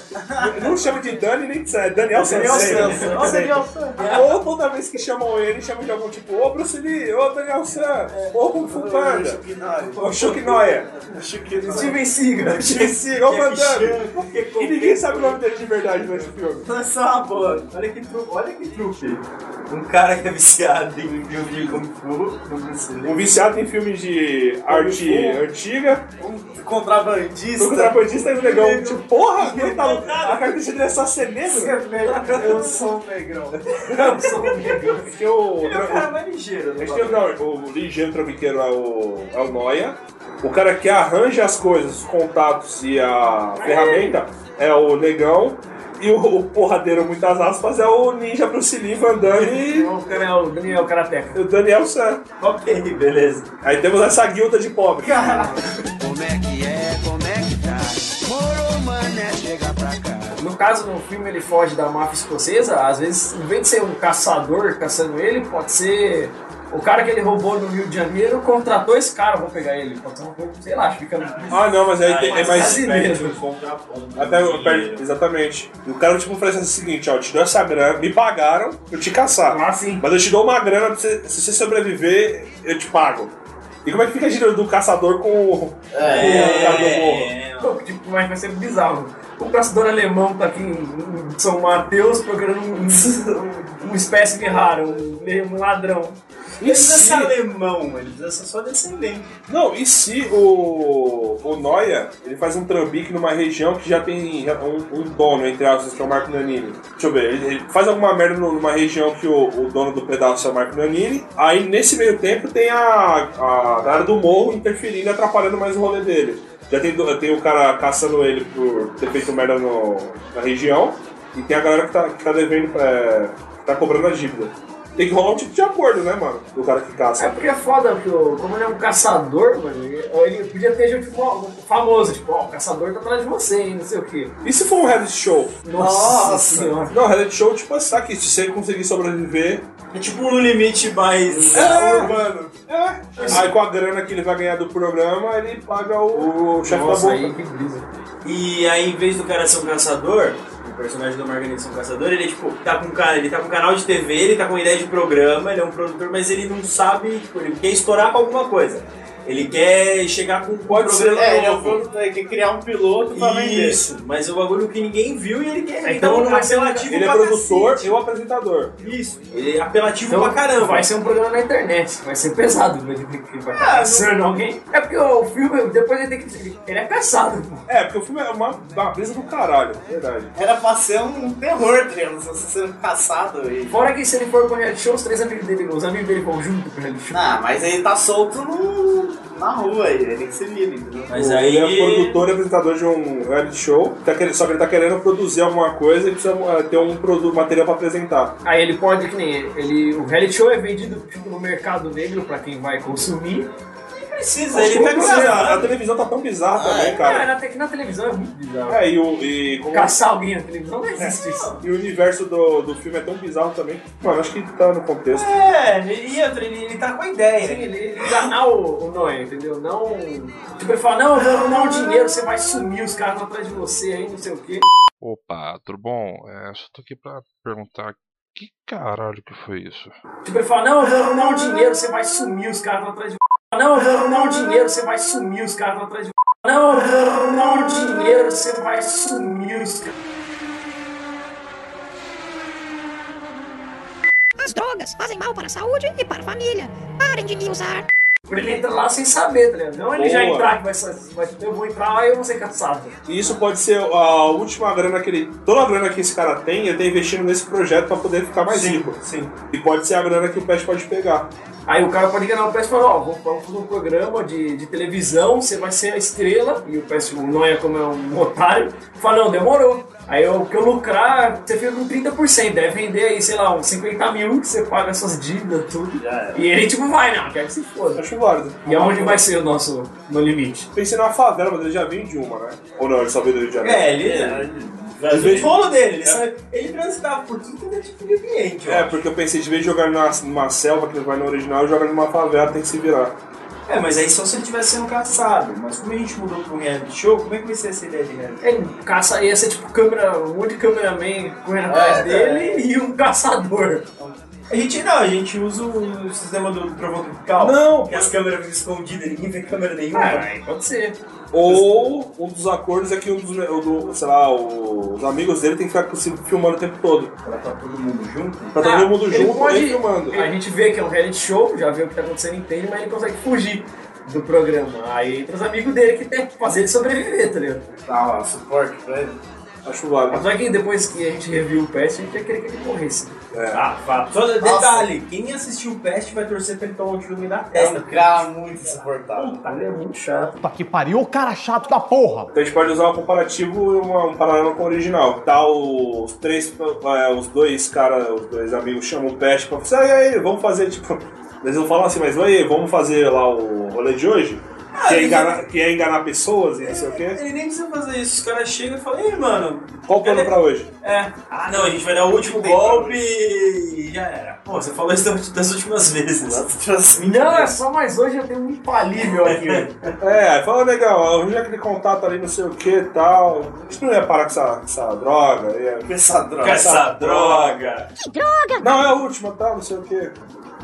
S12: Não chama de Dani nem de Sam, é Daniel Sam.
S10: Daniel
S12: sempre.
S10: Sam.
S12: Sempre.
S10: Ó, Daniel
S12: Ou toda vez que chamam ele, chamam de algum tipo, ô Bruce Lee, ô Daniel Sam, ô Kung Fu Panda, ô Chuck Noia,
S13: Steven Seagal.
S12: Steven Seagal, ô Van Damme.
S10: Porque
S12: E ninguém sabe o nome dele de verdade nesse filme.
S10: Lançou uma boa. Olha que trupe, olha que trupe. Um cara que é viciado em filme de Kung Fu, do Bruce Lee.
S12: Um viciado em filmes de arte
S10: Fu.
S12: antiga,
S11: Um
S12: o
S11: contrabandista.
S12: contrabandista e o negão. Tipo, porra, ele tá, a característica dele é só ser negro?
S10: né?
S11: Eu sou um negrão.
S12: Porque o,
S10: Ele é o cara mais ligeiro. do
S12: A gente tem o, não, um o ligeiro trambiqueiro é o, é o Noia. O cara que arranja as coisas, os contatos e a ferramenta é o Negão. E o, o porradeiro, muitas aspas, é o Ninja Bruce Lee, Van Damme
S13: O cara é o Daniel Karateca.
S12: e o Daniel Sam.
S10: Ok, beleza.
S12: Aí temos essa guilda de pobre.
S4: Como é que é, como é que tá? Moro, mané, chega pra cá.
S13: No caso, no filme ele foge da máfia escocesa, às vezes, em vez de ser um caçador caçando ele, pode ser o cara que ele roubou no Rio de Janeiro, contratou esse cara, vou pegar ele. Pode ser uma coisa, sei lá, fica...
S12: Ah, não, mas aí tem- é
S10: mas
S12: mais.
S13: brasileiro.
S10: perde o contraponto.
S12: Até, per- exatamente. E o cara tipo oferece o seguinte, ó, eu te dou essa grana, me pagaram, eu te caçar.
S13: Ah, sim.
S12: Mas eu te dou uma grana, pra você- se você sobreviver, eu te pago. E como é que fica a gíria do caçador com o, com o cara do morro?
S10: É,
S13: Tipo, mas vai ser bizarro. O caçador alemão tá aqui em- em São Mateus procurando um, um, um espécie raro, um, um ladrão.
S10: Ele precisa
S12: Sim.
S10: ser alemão, ele precisa ser só descendente.
S12: Não, e se o, o Noia ele faz um trambique numa região que já tem já- um, um dono, entre aspas, que é o Marco Nanini? Deixa eu ver, ele, ele faz alguma merda no- numa região que o, o dono do pedaço é o Marco Nanini. Aí nesse meio tempo tem a, a galera do morro interferindo e atrapalhando mais o rolê dele. Já tem, do- tem o cara caçando ele por ter feito merda no- na região. E tem a galera que tá, que tá devendo pra. tá cobrando a dívida. Tem que rolar um tipo de acordo, né, mano? Do cara que caça.
S13: É porque é foda, porque o- como ele é um caçador, mano, ele ou ele podia ter gente tipo, ó, famosa, tipo, ó, o caçador tá atrás de você, hein, não sei o quê.
S12: E se for um reality show?
S13: Nossa Senhora.
S12: Não, reality show, tipo, é saque. Se você conseguir sobreviver...
S10: É tipo um limite mais
S12: é,
S10: urbano.
S12: É. Aí com a grana que ele vai ganhar do programa, ele paga o, o chefe da
S10: Nossa,
S12: boca.
S10: aí E aí, em vez do cara ser um caçador, o personagem do Margaret ser um caçador, ele é tipo, tá com um cara, ele tá com um canal de TV, ele tá com uma ideia de programa, ele é um produtor, mas ele não sabe, tipo, ele quer estourar com alguma coisa. Ele quer chegar com um
S11: Pode ser,
S10: programa
S11: é, ele é um
S10: novo.
S11: produtor, ele quer criar um piloto pra vender.
S10: Isso, mas é um bagulho que ninguém viu e ele quer ele
S11: Então
S10: tá um
S11: não vai ser
S10: apelativo
S12: Ele é
S10: pra
S12: produtor
S10: cacete.
S12: e o apresentador.
S10: Isso, ele é apelativo pra caramba.
S13: Vai ser um programa na internet, vai ser pesado, mas ele ele vai estar
S10: Ah,
S13: caçando alguém. É porque o filme, depois ele tem que. Ele é caçado, pô.
S12: É, porque o filme é uma, uma brisa do caralho, é verdade.
S11: Era pra ser um terror, Triano, se você sendo caçado e.
S13: Fora que se ele for pra reality show, os três amigos dele, os amigos dele vão junto pra reality show.
S11: Ah, mas ele tá solto no... na rua aí, ele que se vira, entendeu?
S12: O- Ele é produtor e apresentador de um reality show, tá querendo- só que ele tá querendo produzir alguma coisa e precisa eh, ter um produto, material pra apresentar.
S13: Aí ele pode, que nem ele, ele- o reality show é vendido tipo, no mercado negro pra quem vai consumir. Nem precisa,
S12: Acho que não precisa, Tipo, a televisão tá tão bizarra
S10: Ah,
S12: também,
S13: Cara,
S12: cara.
S13: na, te- na televisão é muito bizarro.
S12: É, e, o, e como-
S13: Caçar alguém na televisão não existe isso.
S12: E o universo do, do filme é tão bizarro também. Mano, acho que tá no contexto.
S10: É, ele, ele, ele tá com a ideia.
S13: Sim, ele, ele enganar o, o Noé, entendeu? Não. Tipo, ele fala, não, eu vou arrumar um dinheiro, você vai sumir, os caras vão atrás de você aí, não sei o quê.
S20: Opa, tudo bom? É, só tô aqui pra perguntar que caralho que foi isso?
S13: Tipo, ele fala, não, eu vou arrumar um dinheiro, você vai sumir, os caras vão atrás de você. Não, eu vou arrumar um dinheiro, você vai sumir, os caras vão atrás de você. Não, eu vou arrumar um dinheiro, você vai sumir, os caras.
S15: As drogas fazem mal para a saúde e para a família. Parem de me usar.
S13: Porque ele entra lá sem saber, tá ligado? Não ele já
S12: Boa.
S13: entrar, que vai, sa- vai, eu vou entrar, aí eu vou ser caçado.
S12: E isso pode ser a última grana que ele. Toda a grana que esse cara tem, ele tá investindo nesse projeto pra poder ficar mais rico.
S10: Sim.
S12: E pode ser a grana que o Pet pode pegar.
S13: Aí o cara pode enganar o PES e falar, ó, vou- vamos fazer um programa de, de televisão, você vai ser a estrela, e o PES não é como é um otário, fala, não, demorou. Aí o que eu lucrar, você fica com 30%, deve vender aí, sei lá, uns 50 mil, que você paga suas dívidas, tudo. E ele tipo vai, não, quer que se foda.
S12: Acho válido.
S13: E é aonde vai ser o nosso No Limite?
S12: Pensei na favela, mas ele já vem de uma, né? Ou não, ele só veio do Rio de Janeiro.
S10: É, ele-
S12: Em vez-
S10: O rolo dele, ele,
S12: É.
S10: sabe, ele transitava por tudo tipo de ambiente.
S12: É, porque eu pensei, de vez de jogar numa, numa selva que não vai no original, joga numa favela, tem que se virar.
S10: É, mas aí só se ele tivesse sendo caçado. Mas como a gente mudou para um reality show, como é que vai ser essa ideia de reality?
S13: Ele caça, ia ser tipo câmera, um monte de cameraman correndo atrás
S10: É,
S13: dele e um caçador.
S10: A gente não, a gente usa o sistema do trovão tropical.
S12: Não!
S10: Que as câmeras ficam escondidas, ninguém vê câmera nenhuma.
S13: Ah, pode ser.
S12: Ou um dos acordos é que um dos, o do- sei lá, o- os amigos dele tem que ficar se filmando o tempo todo.
S10: Pra tá todo mundo junto?
S12: Pra Tá todo mundo
S13: Ah, ele
S12: junto
S13: pode-
S12: e filmando.
S13: A gente vê que é um reality show, já vê o que tá acontecendo, entende, mas ele consegue fugir do programa. Aí entra os amigos dele que tem que fazer ele sobreviver, tá ligado?
S11: Dá um suporte pra ele.
S12: Acho válido.
S13: Só que depois que a gente reviu o PES, a gente ia querer que ele morresse.
S12: É.
S10: Ah, fato. Só detalhe, quem assistiu o Pest vai torcer pra ele tomar um tiro no meio da testa.
S11: cara é muito insuportável.
S13: tá
S10: Puta, ele é muito chato.
S12: Puta que pariu, o cara chato da porra! Então a gente pode usar um comparativo e uma- um paralelo com o original. Tá o- os três, é, os dois caras, os dois amigos chamam o Pet pra falar, "Sai aí, vamos fazer, tipo... Eles não falam assim, mas aí, vamos fazer lá o rolê de hoje? Que é enganar, que é enganar pessoas e não sei o quê?
S10: Ele nem precisa fazer isso. Os caras chegam e falam, ei, mano.
S12: Qual o plano pra hoje?
S10: É. Ah, não, a gente vai dar o último golpe e já era. Pô, você falou isso das- das últimas vezes.
S13: Não, é só mais hoje eu tenho um infalível aqui.
S12: É, aí fala, legal, arranja aquele contato ali, não sei o que e tal. A gente não ia parar com essa, com essa droga. Ia... Com essa
S11: droga.
S10: Com essa droga.
S12: Que droga! Não, é a última, tá, não sei o que.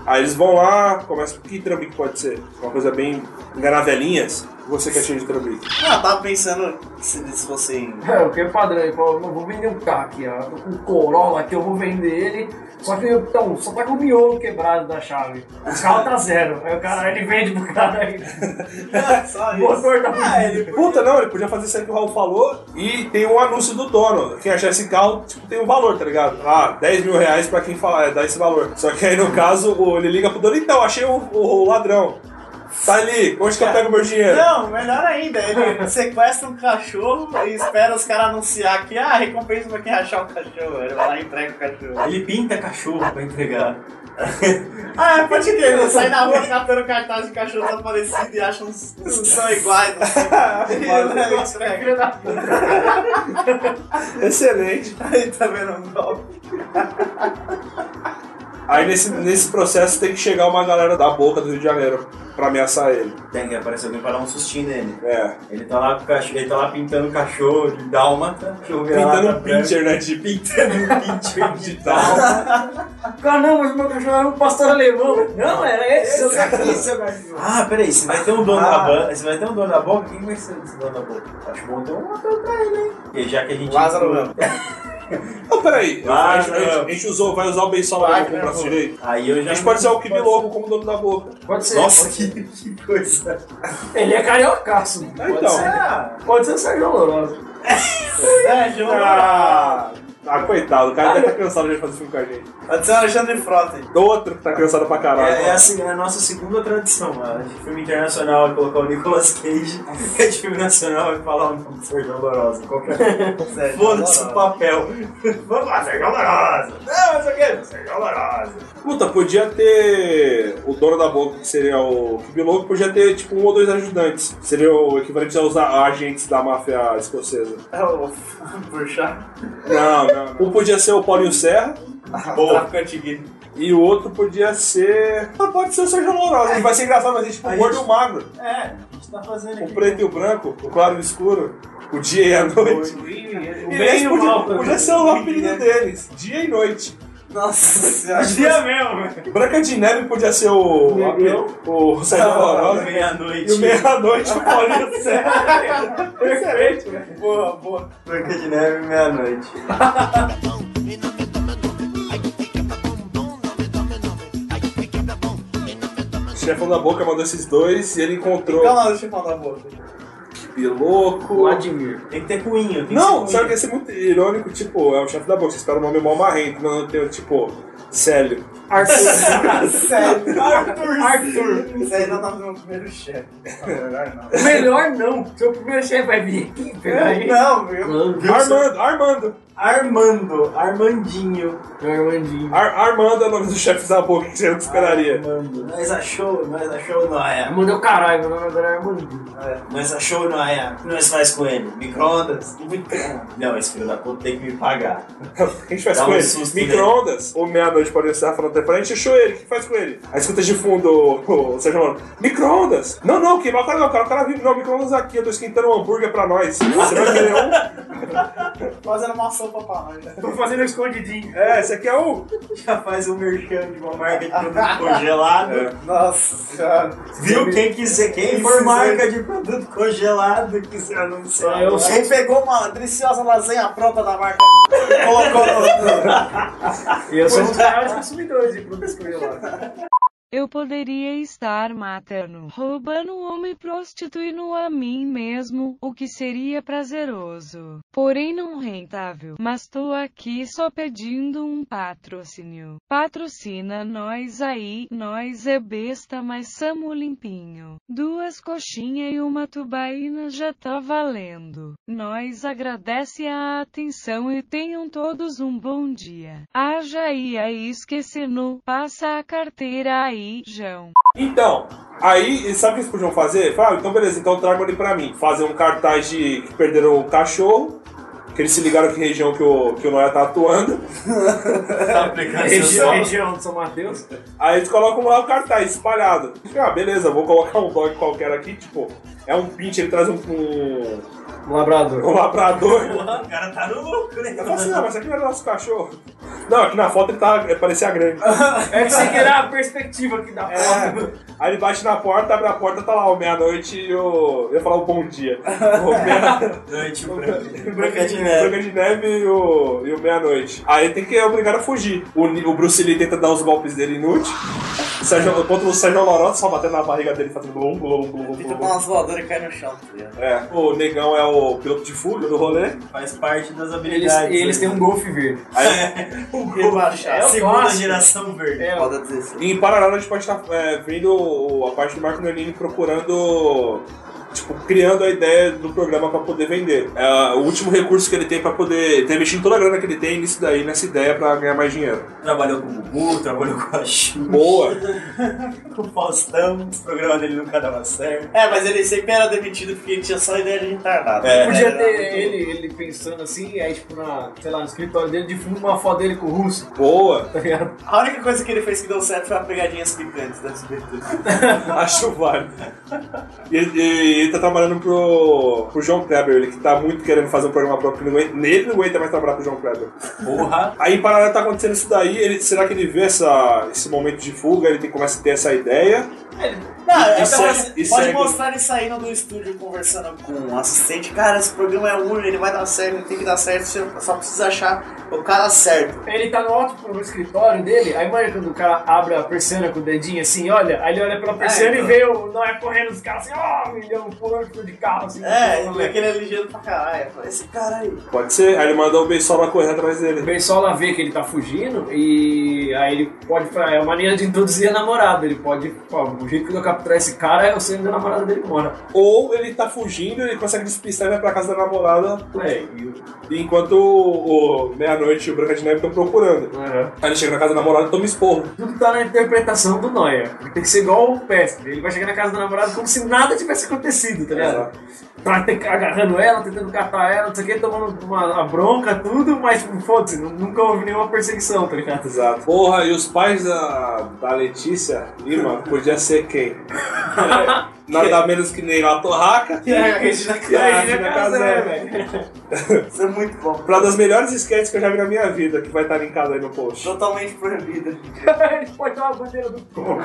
S12: Aí eles vão lá, começam. Que trambique pode ser? Uma coisa bem. enganar velhinhas? Você que é cheio de trambique.
S11: Ah, eu tava pensando se se fosse em.
S13: É, o que é padrão, ele falou, não, vou vender um carro aqui, ó. Tô com um Corolla aqui, eu vou vender ele. Só que então, só tá com o miolo quebrado da chave. O carro tá zero. Aí o cara, ele vende pro cara aí.
S11: Só
S13: O motor tá
S12: Ah, ele podia- Puta, não, ele podia fazer isso aí que o Raul falou e tem um anúncio do dono. Quem achar esse carro, tipo, tem um valor, tá ligado? Ah, 10 mil reais pra quem falar, é, dá esse valor. Só que aí, no caso, o- ele liga pro dono, então, achei o, o ladrão. Tali, onde que eu pego meu dinheiro?
S11: Não, melhor ainda, ele sequestra um cachorro e espera os caras anunciar que ah, recompensa pra quem achar o cachorro. Ele vai lá e entrega o cachorro.
S10: Ele pinta cachorro pra entregar.
S11: Ah, é, pode crer, ele sai na rua catando cartaz de cachorro desaparecido e acha uns uns que são iguais. Assim. E ele entrega.
S10: Excelente.
S11: Aí tá vendo um golpe.
S12: Aí nesse, nesse processo tem que chegar uma galera da boca do Rio de Janeiro pra ameaçar ele.
S10: Tem que aparecer alguém pra dar um sustinho nele.
S12: É.
S10: Ele tá lá, com o cachorro, ele tá lá pintando cachorro de tá? dálmata.
S12: Pintando um pincher, né? De
S10: Pintando um pincher de dálmata.
S13: Caramba, Ah, mas meu cachorro era um pastor alemão. Não, era esse seu cachorro. seu cachorro.
S10: Ah, peraí, você vai ter um dono
S13: Ah.
S10: da banda, você vai ter um dono da boca? Quem vai ser esse dono da boca? Acho bom ter um papel pra ele, hein? E já que a gente...
S11: Lázaro não.
S12: Não, peraí.
S10: Ah,
S12: a, gente, a gente-
S10: não.
S12: a gente usou, vai né, usar o beição da boca como braço direito?
S10: Aí eu já...
S12: A gente pode usar o Kimi Lobo como dono da boca.
S13: Pode ser.
S10: Nossa,
S13: pode-
S10: que, que coisa.
S13: Ele é cariocaço. Pode
S12: então.
S13: ser. Pode ser o Sérgio Lourosa.
S11: Sérgio,
S12: Ah, ah, coitado, o cara deve estar cansado de fazer filme com a gente.
S11: pode ser o Alexandre Frota.
S12: Do outro que tá cansado pra caralho.
S10: É, é assim, é a nossa segunda tradição, mano. De filme internacional é colocar o Nicolas Cage, e de filme nacional é falar o nome do Sérgio Amorosa. Qualquer
S11: Sérgio
S10: Foda-se o
S11: Amoroso.
S10: papel. Vamos lá, Sérgio Amorosa. Não, mas eu quero Sérgio Amorosa.
S12: Puta, podia ter o dono da boca, que seria o Kimi Lobo, podia ter tipo um ou dois ajudantes. Seria o equivalente aos a- agentes da máfia escocesa.
S11: É o Burchard.
S12: Não, não, não. Um podia ser o Paulinho Serra.
S10: Boa.
S12: E o outro podia ser. Ah, pode ser o Sérgio Lourosa, que vai ser engraçado, mas é tipo o
S10: A
S12: gordo e
S10: gente-
S12: o magro.
S11: É, a gente tá fazendo
S12: O
S11: aqui.
S12: preto e o branco, o claro e o escuro, o dia e a noite.
S11: O
S12: E
S11: bem
S12: esse
S11: e o
S12: podia,
S11: mal.
S12: podia ser o apelido deles, dia e noite.
S11: Nossa senhora.
S10: Dia mesmo.
S12: Branca de Neve podia ser o.
S13: Negão.
S12: O o Sérgio Lourosa.
S10: Meia-noite.
S12: E o meia-noite, o Paulinho Serra.
S10: Excelente,
S11: Boa, boa.
S10: Branca de Neve, meia-noite.
S12: O chefão da boca mandou esses dois e ele
S10: Então,
S12: encontrou
S11: Calma, deixa eu falar a boca.
S12: Piloco.
S13: Vladimir.
S10: Tem que ter cunho. tem que
S12: Não,
S10: ser cunho.
S12: sabe que ia ser muito irônico, tipo, é o chefe da boca, você espera um nome mó marrento, mas não tem, tipo, Célio.
S11: Sério.
S10: Arthur.
S13: Arthur.
S11: Isso aí não tá no meu primeiro chefe. Não, melhor não.
S13: Melhor não. Seu primeiro chefe vai vir aqui pegar
S10: É,
S13: a gente.
S11: Não, viu?
S12: Armando, Armando.
S10: Armando. Armandinho.
S13: Armandinho.
S12: Ar- Armando é o nome do chefe da boca que você não esperaria.
S10: Armando. Nós achou, nós achou Noia.
S13: Armando é o caralho, meu nome agora é Armandinho.
S10: Nós achou Noia. O que nós faz com ele? Microondas? Não, esse filho da puta tem que me pagar.
S12: O que a gente faz
S10: Dá
S12: com
S10: um
S12: ele?
S10: susto
S12: Micro-ondas? Ou meia-noite pode estar falando até pra gente, achou ele, o que faz com ele? Aí escuta de fundo o o Sérgio Moro. Micro-ondas? Não, não, queimar o cara não, o cara, o cara vive. Não, micro-ondas aqui, eu tô esquentando um hambúrguer pra nós. Você vai querer um?
S11: Fazendo uma sopa pra nós.
S10: Tô fazendo escondidinho.
S12: É, esse aqui é um.
S10: Já faz um merchan de uma marca de produto congelado.
S11: Nossa senhora.
S10: Viu? Quem quiser, quem for marca de produto congelado quiser anunciar.
S13: Eu
S10: agora.
S11: Quem pegou uma deliciosa lasanha pronta da marca colocou
S13: E eu sou um dos
S10: é.
S13: maiores consumidores de produtos congelados.
S5: Eu poderia estar matando, roubando um homem e prostituindo a mim mesmo, o que seria prazeroso, porém não rentável. Mas tô aqui só pedindo um patrocínio. Patrocina nós aí, nós é besta, mas samo limpinho. Duas coxinhas e uma tubaína já tá valendo. Nós agradece a atenção e tenham todos um bom dia. Haja aí aí esquecendo, passa a carteira aí, João.
S12: Então, aí, e sabe o que eles podiam fazer? Falaram, ah, então beleza, então tragam ele pra mim. Fazer um cartaz de que perderam o cachorro, que eles se ligaram que região que o, que o Noia tá atuando.
S10: Tá
S11: é
S10: aplicando
S13: Região,
S10: seu
S13: região de São Mateus.
S12: Aí eles colocam lá o cartaz espalhado. Ah, beleza, vou colocar um dog qualquer aqui, tipo, é um pinch, ele traz um, um,
S13: Um labrador.
S12: um labrador.
S10: O cara tá no lucro, né?
S12: Eu falo assim, não, mas aqui não era nosso cachorro. Não, aqui na foto ele tá, é, parecia grande. É.
S13: É que você queria a perspectiva aqui da foto.
S12: Aí ele bate na porta, abre a porta, tá lá, o meia-noite e o. Eu ia falar o bom dia. O meia-
S10: Noite
S12: Branca de Neve. Branca de Neve e o, e o Meia-Noite. Aí tem que é obrigado a fugir. O, Ni- o Bruce Lee tenta dar os golpes dele inútil. Sérgio, contra o Sérgio Lorão, só batendo na barriga dele, fazendo um glum, glum, glum,
S11: Tenta
S12: glum,
S11: dar
S12: glum.
S11: umas voadoras e Então, cai no chão, tá ligado?
S12: É, o Negão é o piloto de fuga do rolê.
S11: Faz parte das
S13: Eles,
S11: habilidades. né?
S13: eles têm um golfe verde.
S11: o gol
S13: É o
S11: segunda
S13: clássico.
S11: geração verde.
S13: É.
S11: Roda 16.
S12: E em paralelo a gente pode estar é, vendo o- a parte do Marco Nanini procurando. Tipo, criando a ideia do programa pra poder vender. É o último recurso que ele tem pra poder. Tá investindo toda a grana que ele tem nisso daí, nessa ideia pra ganhar mais dinheiro.
S11: Trabalhou com o Gugu, trabalhou com a Xuxa.
S12: Boa!
S11: com o Faustão, o programa dele nunca dava certo. É, mas ele sempre era demitido porque ele tinha só ideia de retardado.
S13: Podia
S11: Era
S13: ter
S11: muito-
S13: ele, ele pensando assim, aí tipo, na, sei lá, no escritório dele, de fundo uma foto dele com o russo.
S12: Boa!
S13: Tá ligado?
S11: A única coisa que ele fez que deu certo foi a pegadinha picantes da SBT.
S12: Acho válido. E ele, e ele tá trabalhando pro, pro João Kleber, ele que tá muito querendo fazer um programa próprio, que não aguenta- ele não aguenta mais trabalhar pro João Kleber.
S11: Porra!
S12: Aí em paralelo tá acontecendo isso daí, ele, será que ele vê essa, esse momento de fuga, ele tem, começa a ter essa ideia?
S11: Não,
S12: E
S11: é
S12: segue-
S11: pode-
S12: e
S11: pode
S12: segue.
S11: mostrar ele saindo do estúdio conversando com um assistente. Cara, esse programa é único, ele vai dar certo, ele tem que dar certo, você só precisa achar o cara certo.
S13: Ele tá no alto pro escritório dele, aí imagina quando o cara abre a persiana com o dedinho assim, olha, aí ele olha pela persiana
S11: então.
S13: e vê o Noé correndo os caras assim, ó, oh, milhão, pulando ficou de carro assim.
S11: É,
S13: pulando,
S11: e aquele é ligeiro pra caralho. Eu falei, Esse cara aí.
S12: Pode ser, aí ele mandou o Beisola correr atrás dele.
S13: Bensola vê que ele tá fugindo e aí ele pode. É uma maneira de introduzir a namorada. Ele pode. Pô, o jeito que eu capturar esse cara é eu sendo a namorada dele mora.
S12: Ou ele tá fugindo, ele consegue despistar e vai pra casa da namorada,
S13: É, e o-
S12: enquanto o, o meia-noite e o Branca de Neve estão procurando.
S13: Aham.
S12: Aí ele chega na casa da namorada e toma esporro.
S13: é, tudo tá na interpretação do Noia. Tem que ser igual o Pestre. Ele vai chegar na casa da namorada como se nada tivesse acontecido, tá ligado? Tá te- agarrando ela, tentando catar ela, não sei o que, tomando uma, a bronca, tudo, mas tipo, foda-se, nu- nunca houve nenhuma perseguição, tá ligado?
S12: Exato. Porra, e os pais da, da Letícia Lima podia ser quem? É, nada menos que Neila Torraca
S11: E a Regina
S12: e a
S11: Casé.
S13: né?
S12: Regina
S13: É.
S12: Casé, velho.
S11: Isso é muito bom.
S12: Pra uma das melhores sketches que eu já vi na minha vida, que vai estar linkado aí no post.
S11: Totalmente proibida.
S13: Ele pode ter uma bandeira do Congo.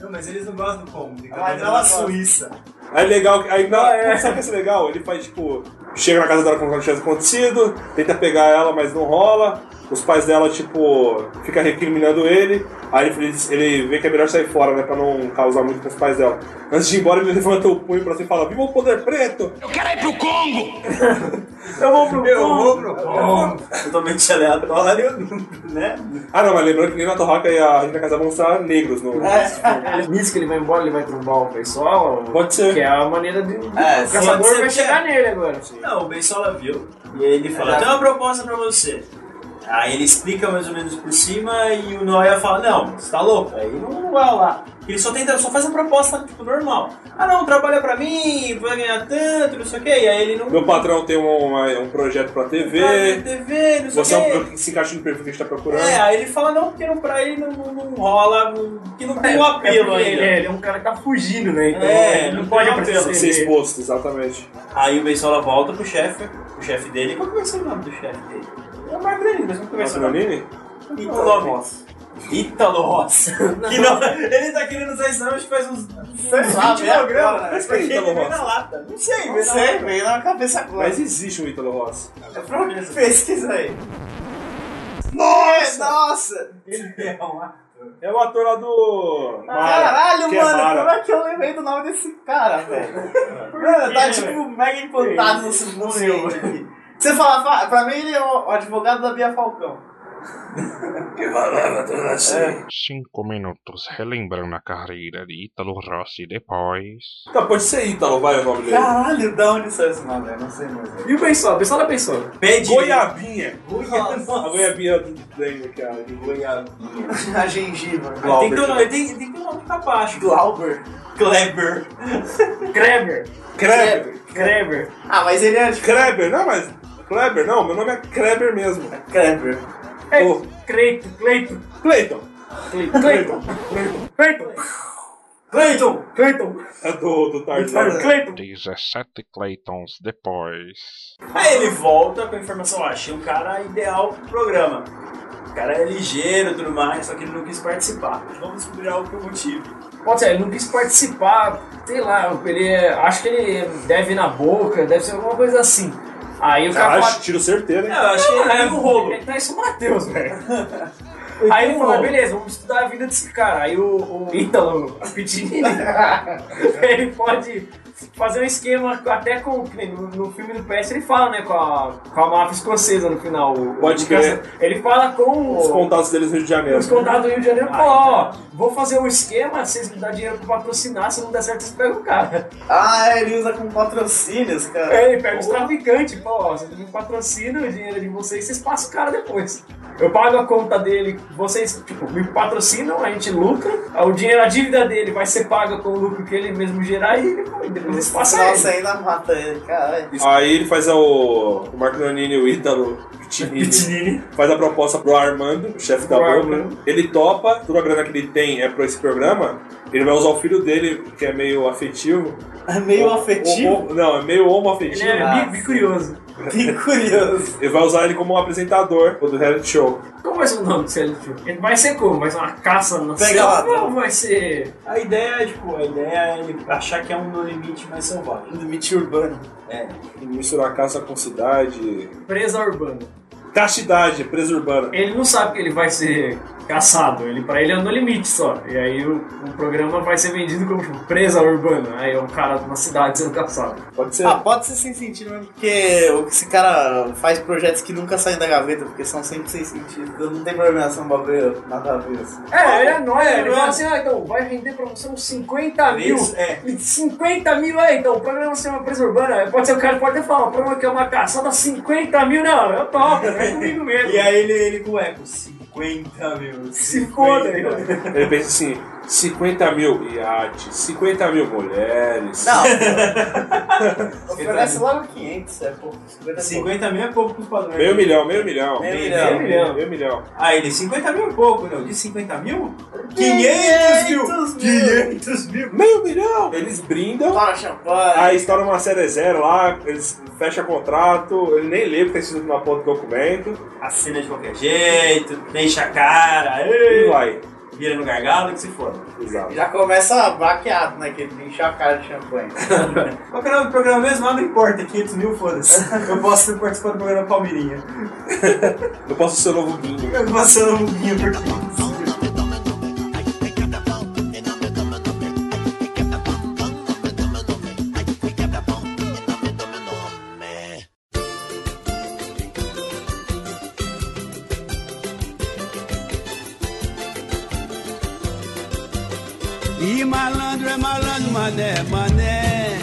S10: Não, mas eles não gostam do combo. tem que
S11: Mas
S10: fazer
S11: ela é
S10: negócio.
S11: suíça.
S12: Aí É legal, aí não,
S13: Ah, é.
S12: sabe o que é ser legal? Ele faz tipo, chega na casa dela como se não tivesse acontecido, tenta pegar ela, mas não rola. Os pais dela, tipo, fica recriminando ele. Aí ele, ele vê que é melhor sair fora, né? Pra não causar muito com os pais dela. Antes de ir embora, ele levanta o punho pra cima e fala: Viva o poder preto!
S19: Eu quero ir pro Congo!
S12: Eu vou pro
S11: Eu
S12: Congo!
S11: vou pro bom. Totalmente aleatório, né?
S12: Ah, não, mas lembrando que nem na Torraca e a Rita Casa vão estar negros no.
S13: Ele disse que ele vai embora, ele vai trombar o pessoal.
S12: Pode ser.
S13: Que é a maneira de.
S11: É,
S13: o
S11: pode
S13: caçador
S11: ser
S13: vai
S11: que
S13: chegar nele agora.
S11: Não, o Bensola viu. E aí ele fala:
S13: É.
S11: tem uma proposta pra você. Aí ele explica mais ou menos por cima e o Noia fala: Não, você tá louco? Aí não, não vai lá. Ele só tenta, só faz a proposta tipo, normal. Ah, não, trabalha pra mim, vai ganhar tanto, não sei o que. E aí ele não.
S12: Meu patrão tem um, uma- um projeto pra
S11: Vai na
S12: TV.
S11: TV, não sei
S12: Você
S11: o
S12: é
S11: quê.
S12: um que se encaixa no perfil que a gente tá procurando.
S18: Né?
S11: É, aí ele fala: Não, porque não, pra ele não, não, não rola, não- que não
S10: Um
S11: tem o
S13: É
S11: apelo
S13: porque
S11: ainda.
S13: ele é, ele é um cara que tá fugindo, né? Então
S11: É,
S13: ele não
S11: não
S13: pode
S11: tem apelo.
S12: Tem que ser
S13: aparecer. nele.
S12: exposto, exatamente.
S11: Aí o Bensola volta pro chefe, o chefe dele. Qual que vai ser o nome do chefe dele? É o Marco Danilo, mas não
S12: Nossa,
S11: conversa o nome.
S12: Nanini?
S11: Ítalo Rossi. Ítalo Rossi. Que não, ele tá querendo usar esse nome acho que faz uns Sei lá, 20 vem agora,
S12: programas,
S11: né?
S12: mas
S11: Porque
S12: quem é Ítalo
S11: ele veio
S12: Rossi?
S11: na lata. Não sei,
S12: Não
S11: veio na
S12: sei,
S11: lata. veio na cabeça agora.
S12: Mas existe um Ítalo Rossi.
S11: É pra pesquisa aí. É, nossa! Ele é um ator.
S12: É o ator lá do. Mara,
S11: Caralho,
S12: que
S11: mano,
S12: É
S11: como
S12: Mara.
S11: é que eu lembrei do nome desse cara, velho? mano, tá
S10: quê,
S11: tipo mega empantado no seu museu aqui. Você fala, fa- pra mim ele é o o advogado da Bia Falcão.
S20: Que valeva assim. Cinco minutos relembrando a carreira de Italo Rossi depois.
S12: Tá, pode ser Ítalo, vai o nome dele.
S11: Caralho, da onde saiu esse nome? Eu não sei mais.
S13: E o Bensola? Bensola pensou.
S11: Pede.
S12: Goiabinha. A
S11: Nossa.
S12: goiabinha do desenho aqui, ó. de Goiabinha.
S11: A gengiva. Tem
S12: Glauber.
S11: que ter o nome, tem, tem que ter o nome que tá baixo. Glauber. Kleber.
S13: Kreber.
S12: Kleber.
S13: Kreber.
S11: Ah, mas ele é de
S12: Kleber, não, mas. Kleber, não, meu nome é Kleber mesmo.
S11: Kleber.
S13: É,
S12: Ô.
S13: Cleito, Cleito,
S12: Cleiton.
S13: Cleito, Cleiton, Cleiton,
S11: Cleiton!
S13: Cleiton,
S12: É do, do Tarzan.
S13: Cleiton.
S20: 17 Claytons depois.
S11: Aí ele volta com a informação, ó, achei um cara ideal pro programa. O cara é ligeiro e tudo mais, só que ele não quis participar. Vamos descobrir algo por um motivo.
S13: Pode ser, ele não quis participar, sei lá, ele é- acho que ele deve ir na boca, deve ser alguma coisa assim. Aí o cara
S12: Caralho,
S13: fala.
S12: tiro certeiro,
S11: É,
S12: hein?
S11: eu achei ele no rolo.
S13: Ele tá isso Matheus, velho. Aí ele falou, beleza, vamos estudar a vida desse cara. Aí o, o
S18: Então,
S13: Ítalo Pitinini, ele pode fazer um esquema até com, que nem no, no filme do PS ele fala, né, com a, com a máfia escocesa no final. O-
S18: Pode
S13: o-
S18: crer.
S13: Ele fala com
S18: Os Ah, então. contatos deles no Rio de Janeiro.
S13: É. os contatos do Rio de Janeiro, pô, ó, vou fazer um esquema, vocês me dão dinheiro pra patrocinar, se não der certo, vocês pegam o cara.
S11: Ah, ele usa com patrocínios, cara.
S13: É, ele pega os traficantes, pô, ó, vocês me patrocinam o dinheiro é de vocês, vocês passam o cara depois. Eu pago a conta dele, vocês, tipo, me patrocinam, a gente lucra, o dinheiro, a dívida dele vai ser paga com o lucro que ele mesmo gerar e ele, e depois eles passam
S11: Nossa,
S13: ele.
S11: ainda mata ele, caralho.
S12: Aí ele faz o, o Marco Nanini e o Ítalo
S18: é
S12: Pitinini. Faz a proposta pro Armando, o chefe da
S18: Pro
S12: boca.
S18: Armando.
S12: Ele topa, toda a grana que ele tem é pra esse programa. Ele vai usar o filho dele, que é meio afetivo.
S11: É meio
S12: O-
S11: afetivo?
S12: homo- não, é meio homoafetivo. Ah,
S13: Ele é bi- bicurioso.
S11: Bicurioso.
S12: Ele vai usar ele como um apresentador do reality show.
S13: Como vai ser o nome do reality show? Ele vai ser como? Vai ser uma caça no
S18: Pega
S13: céu?
S18: lá.
S13: Não, vai ser...
S18: A ideia é, tipo, a ideia é ele achar que é um no limite mais selvagem. No limite urbano. É.
S12: Ele mistura a caça com cidade.
S13: Presa urbana.
S12: Castidade, presa urbana.
S13: Ele não sabe que ele vai ser caçado, ele para ele é no limite só. E aí o, o programa vai ser vendido como tipo, presa urbana, aí é um cara numa cidade sendo caçado.
S12: Pode
S11: Ah, pode ser sem sentido mesmo, porque esse cara faz projetos que nunca saem da gaveta, porque são sempre sem sentido. Não tem problema ser um bagulho nada a ver. assim.
S13: É, ele é nóia, ele
S11: É.
S13: fala assim, ah, então, vai vender pra você uns 50 mil.
S11: Isso, é.
S13: 50 mil, é, então, o programa ser uma presa urbana, pode ser o cara, pode até falar, o programa que é uma caçada, 50 mil, não, eu topo, é comigo mesmo.
S18: E aí ele, ele com o eco, 50 mil.
S13: se foda, eu...
S12: Ele pensa assim: 50 mil iate, 50 mil mulheres.
S11: Não, oferece logo 500, é pouco.
S18: 50 mil é pouco pros padrões.
S12: Meio milhão, meio milhão.
S18: Meio milhão.
S12: Meio milhão. Meio milhão.
S18: Ah, ele, 50 mil é pouco, não. De 50 mil?
S11: é 500
S18: 500 mil! 500 mil!
S12: Meio milhão! Eles brindam.
S11: Para champanhe.
S12: Aí estoura uma série zero lá, eles fecham contrato, ele nem lê porque tá escrito na ponta do documento.
S18: Assina de qualquer jeito, deixa a cara, ei,
S12: E vai.
S18: vira no gargalo, que se foda.
S12: Exato.
S11: Já começa baqueado, né? Que ele enche a cara de champanhe.
S18: Qual que é o nome do programa mesmo? Ah, não importa, 500 mil, foda-se. Eu posso participar do programa Palmeirinha.
S12: Eu posso ser o novo bingo.
S18: Eu posso ser
S13: um
S18: o Luguinho por 500
S19: E malandro é malandro, mané, mané.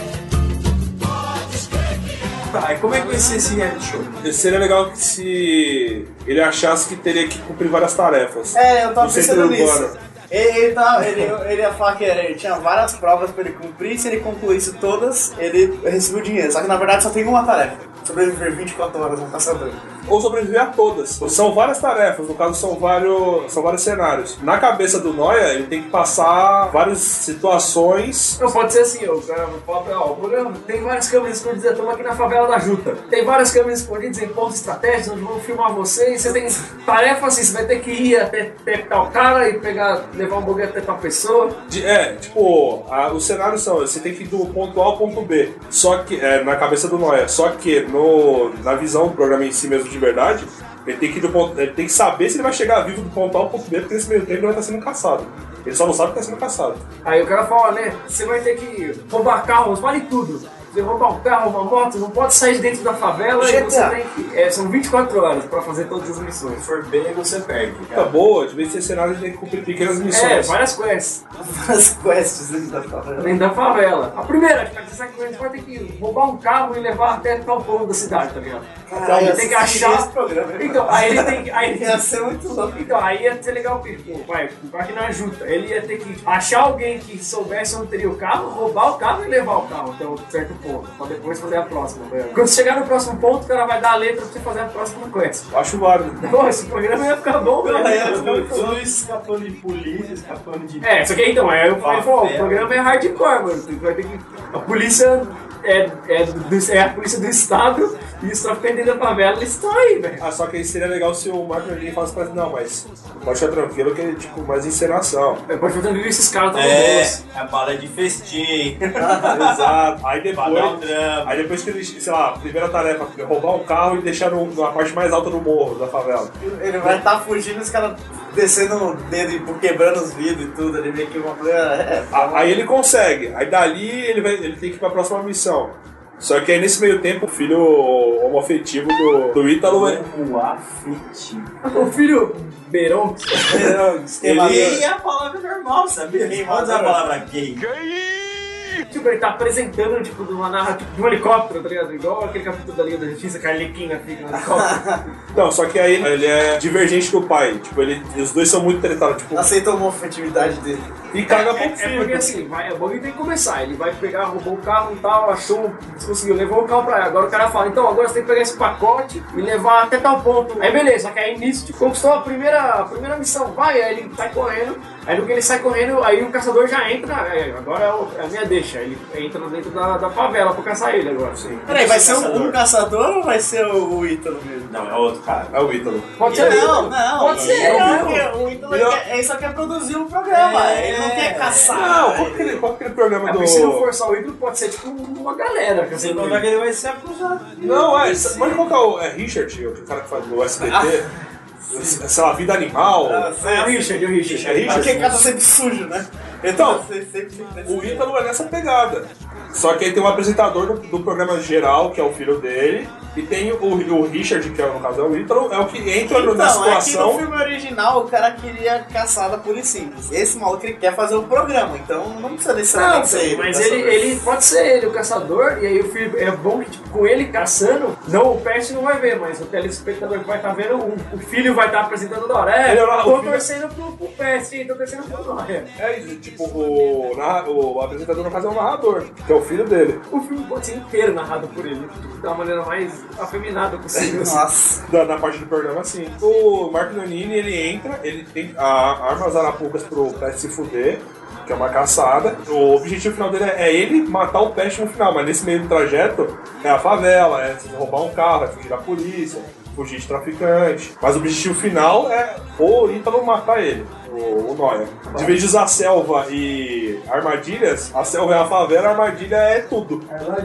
S18: Tá, e como é que vai ser esse reality show?
S12: É, Seria legal que se ele achasse que teria que cumprir várias tarefas.
S11: É, eu tava
S12: No centro
S11: pensando
S12: urbano.
S11: nisso. Ele, ele, tava, ele, ele ia falar que ele tinha várias provas pra ele cumprir, se ele concluísse todas, ele recebia o dinheiro. Só que na verdade só tem uma tarefa: sobreviver 24 horas no caçador.
S12: Ou sobreviver a todas. São várias tarefas, no caso são vários, são vários cenários. Na cabeça do Noia, ele tem que passar várias situações.
S13: Não, pode ser assim, ó, o cara fala pra- ó, o programa tem várias câmeras escondidas, estamos aqui na favela da Juta. Tem várias câmeras escondidas em pontos estratégicos onde vão filmar você e você tem tarefa assim, você vai ter que ir até, até tal cara e pegar, levar um bug até tal pessoa.
S12: De- é, tipo, a- os cenários são, você tem que ir do ponto A ao ponto B. Só que, é, na cabeça do Noia. Só que no, na visão do programa em si mesmo de verdade, ele tem que ir do ponto- ele tem que saber se ele vai chegar vivo do ponto A ao ponto B, porque nesse meio tempo ele vai estar sendo caçado. Ele só não sabe que está sendo caçado.
S13: Aí o cara fala, né, você vai ter que roubar carros, vale tudo. Você roubar um carro, uma moto, não pode sair de dentro da favela e
S18: GTA.
S13: você tem que. é, são 24 horas pra fazer todas as missões. Se
S18: for bem, você perde.
S12: Tá boa, de vez em quando cenário tem que cumprir pequenas missões.
S13: É, várias quests.
S11: Várias quests dentro da favela.
S13: Dentro da favela. A primeira, tipo, você sabe que você vai ter que roubar um carro e levar até tal ponto da cidade, tá ligado? Então
S11: Caralho,
S13: ele tem que achar.
S11: esse programa, hein?
S13: então, aí ele tem que. Aí...
S11: Ia ser muito louco.
S13: Então, aí ia ser legal porque, pô, vai, vai que na juta. Ele ia ter que achar alguém que soubesse onde teria o carro, roubar o carro e levar o carro até um certo ponto, pra depois fazer a próxima. tá ligado? Quando chegar no próximo ponto, o cara vai dar a letra pra você fazer a próxima quest.
S12: Acho válido.
S13: Pô, esse programa ia ficar bom, né?
S18: Não, é,
S13: velho.
S18: tudo escapando de polícia, escapando de.
S13: É, só que então, aí eu falei, pô, o
S18: Favela.
S13: programa é hardcore, mano. Tu vai ter que. A polícia é, é, do- é a polícia do estado e os traficantes da favela eles estão aí, velho.
S12: Ah, só que aí seria legal se o Marco Nanini falasse pra ele, não, mas pode ficar tranquilo que é tipo mais encenação.
S13: É, pode ficar tranquilo esses caras
S12: tão
S18: É, a bala de festim.
S12: Exato. Aí
S18: Pra dar um
S12: depois,
S18: trampo.
S12: aí depois que ele, sei lá, primeira tarefa, roubar um carro e deixar no, na parte mais alta do morro da favela.
S11: Ele vai estar tá fugindo e os caras descendo no dedo e por- quebrando os vidros e tudo, ele meio que uma plena. É,
S12: A- Ah, Aí ele consegue. Aí dali ele, vai, ele tem que ir pra próxima missão. Só que aí nesse meio tempo o filho homoafetivo do, do Ítalo. né, Homoafetivo.
S13: Ah, O filho Beirão.
S10: Gay é
S12: Ele,
S10: a palavra normal, sabia?
S11: Gay,
S10: Pode usar a palavra gay.
S13: Tipo, ele tá apresentando, tipo, de uma narrativa de um helicóptero, tá ligado? Igual aquele capítulo da Liga da Justiça que a Arlequina fica no helicóptero.
S12: não, Então, só que aí ele é divergente do pai. Tipo, ele, os dois são muito tretados. Tipo,
S11: Aceitou uma afetividade dele.
S12: E caga pro
S13: É
S12: filho.
S13: porque assim, vai, o bagulho tem que começar. Ele vai pegar, roubou o carro e tal, achou, conseguiu, levou o carro pra lá. Agora o cara fala, então agora você tem que pegar esse pacote e levar até tal ponto. Aí beleza, só que aí nisso tipo, conquistou a primeira, a primeira missão. Vai, aí ele sai correndo. Aí no que ele sai correndo, aí o caçador já entra. é, agora é, o- é a minha deixa. Ele entra dentro da, da favela pra caçar ele agora. assim. Sim.
S11: Peraí, vai ser um, um caçador ou vai ser o, o Ítalo mesmo?
S10: Não, é outro cara.
S12: É o Ítalo.
S13: Pode ser
S11: Não,
S13: Ítalo.
S11: não.
S13: Pode ser,
S11: não,
S13: é o
S11: porque o Ítalo ele quer- É. ele só quer produzir o programa. Ele não quer caçar.
S12: Não, qual aquele, qual aquele programa
S13: É
S12: do.
S13: porque se não forçar o ídolo, pode ser tipo uma galera
S10: Você
S13: caçando
S10: contar que
S13: ele.
S10: ele vai ser acusado.
S12: Não, é. Mas qual que é o. É Richard, o cara que faz do SBT? É, Sei lá, Vida Animal.
S13: É o Richard, é o Richard. um
S12: É Richard?
S11: Porque caça tá sempre sujo, né?
S12: Então,
S11: Você sempre tem que fazer
S12: o Ítalo é nessa pegada. Só que aí tem um apresentador do, do programa geral, que é o filho dele, e tem o, o Richard, que é, no caso é o Ítalo, é o que entra na
S11: Então, é que no
S12: situação.
S11: filme original o cara queria caçada por e simples. Esse maluco ele quer fazer o programa, então não precisa necessariamente
S13: Não,
S11: ser ele.
S13: mas
S11: caçador.
S13: ele, ele pode ser ele, o caçador, e aí o filho é bom que tipo, com ele caçando, não o peste não vai ver, mas o telespectador que vai estar vendo, um, o, o filho vai estar apresentando da hora. É,
S12: Ele é lá,
S13: tô
S12: o filho-
S13: torcendo pro, pro peste, tô torcendo pro Dória.
S12: É, e, tipo, o, narra- o apresentador, no caso, é o narrador, que é o filho dele.
S13: O filme pode ser inteiro narrado por ele, tipo, da maneira mais afeminada possível. assim.
S11: Nossa.
S12: Da, da parte do programa, assim. O Mark Nonini, ele entra, ele tem a arma as arapucas pro Pet se fuder, que é uma caçada. O objetivo final dele é é ele matar o Pet no final, mas nesse meio do trajeto é a favela, é roubar um carro, é fugir da polícia, fugir de traficante. Mas o objetivo final é o Ítalo matar ele. O, o Noia. De vez de usar selva e armadilhas, a selva é a favela, a armadilha é tudo.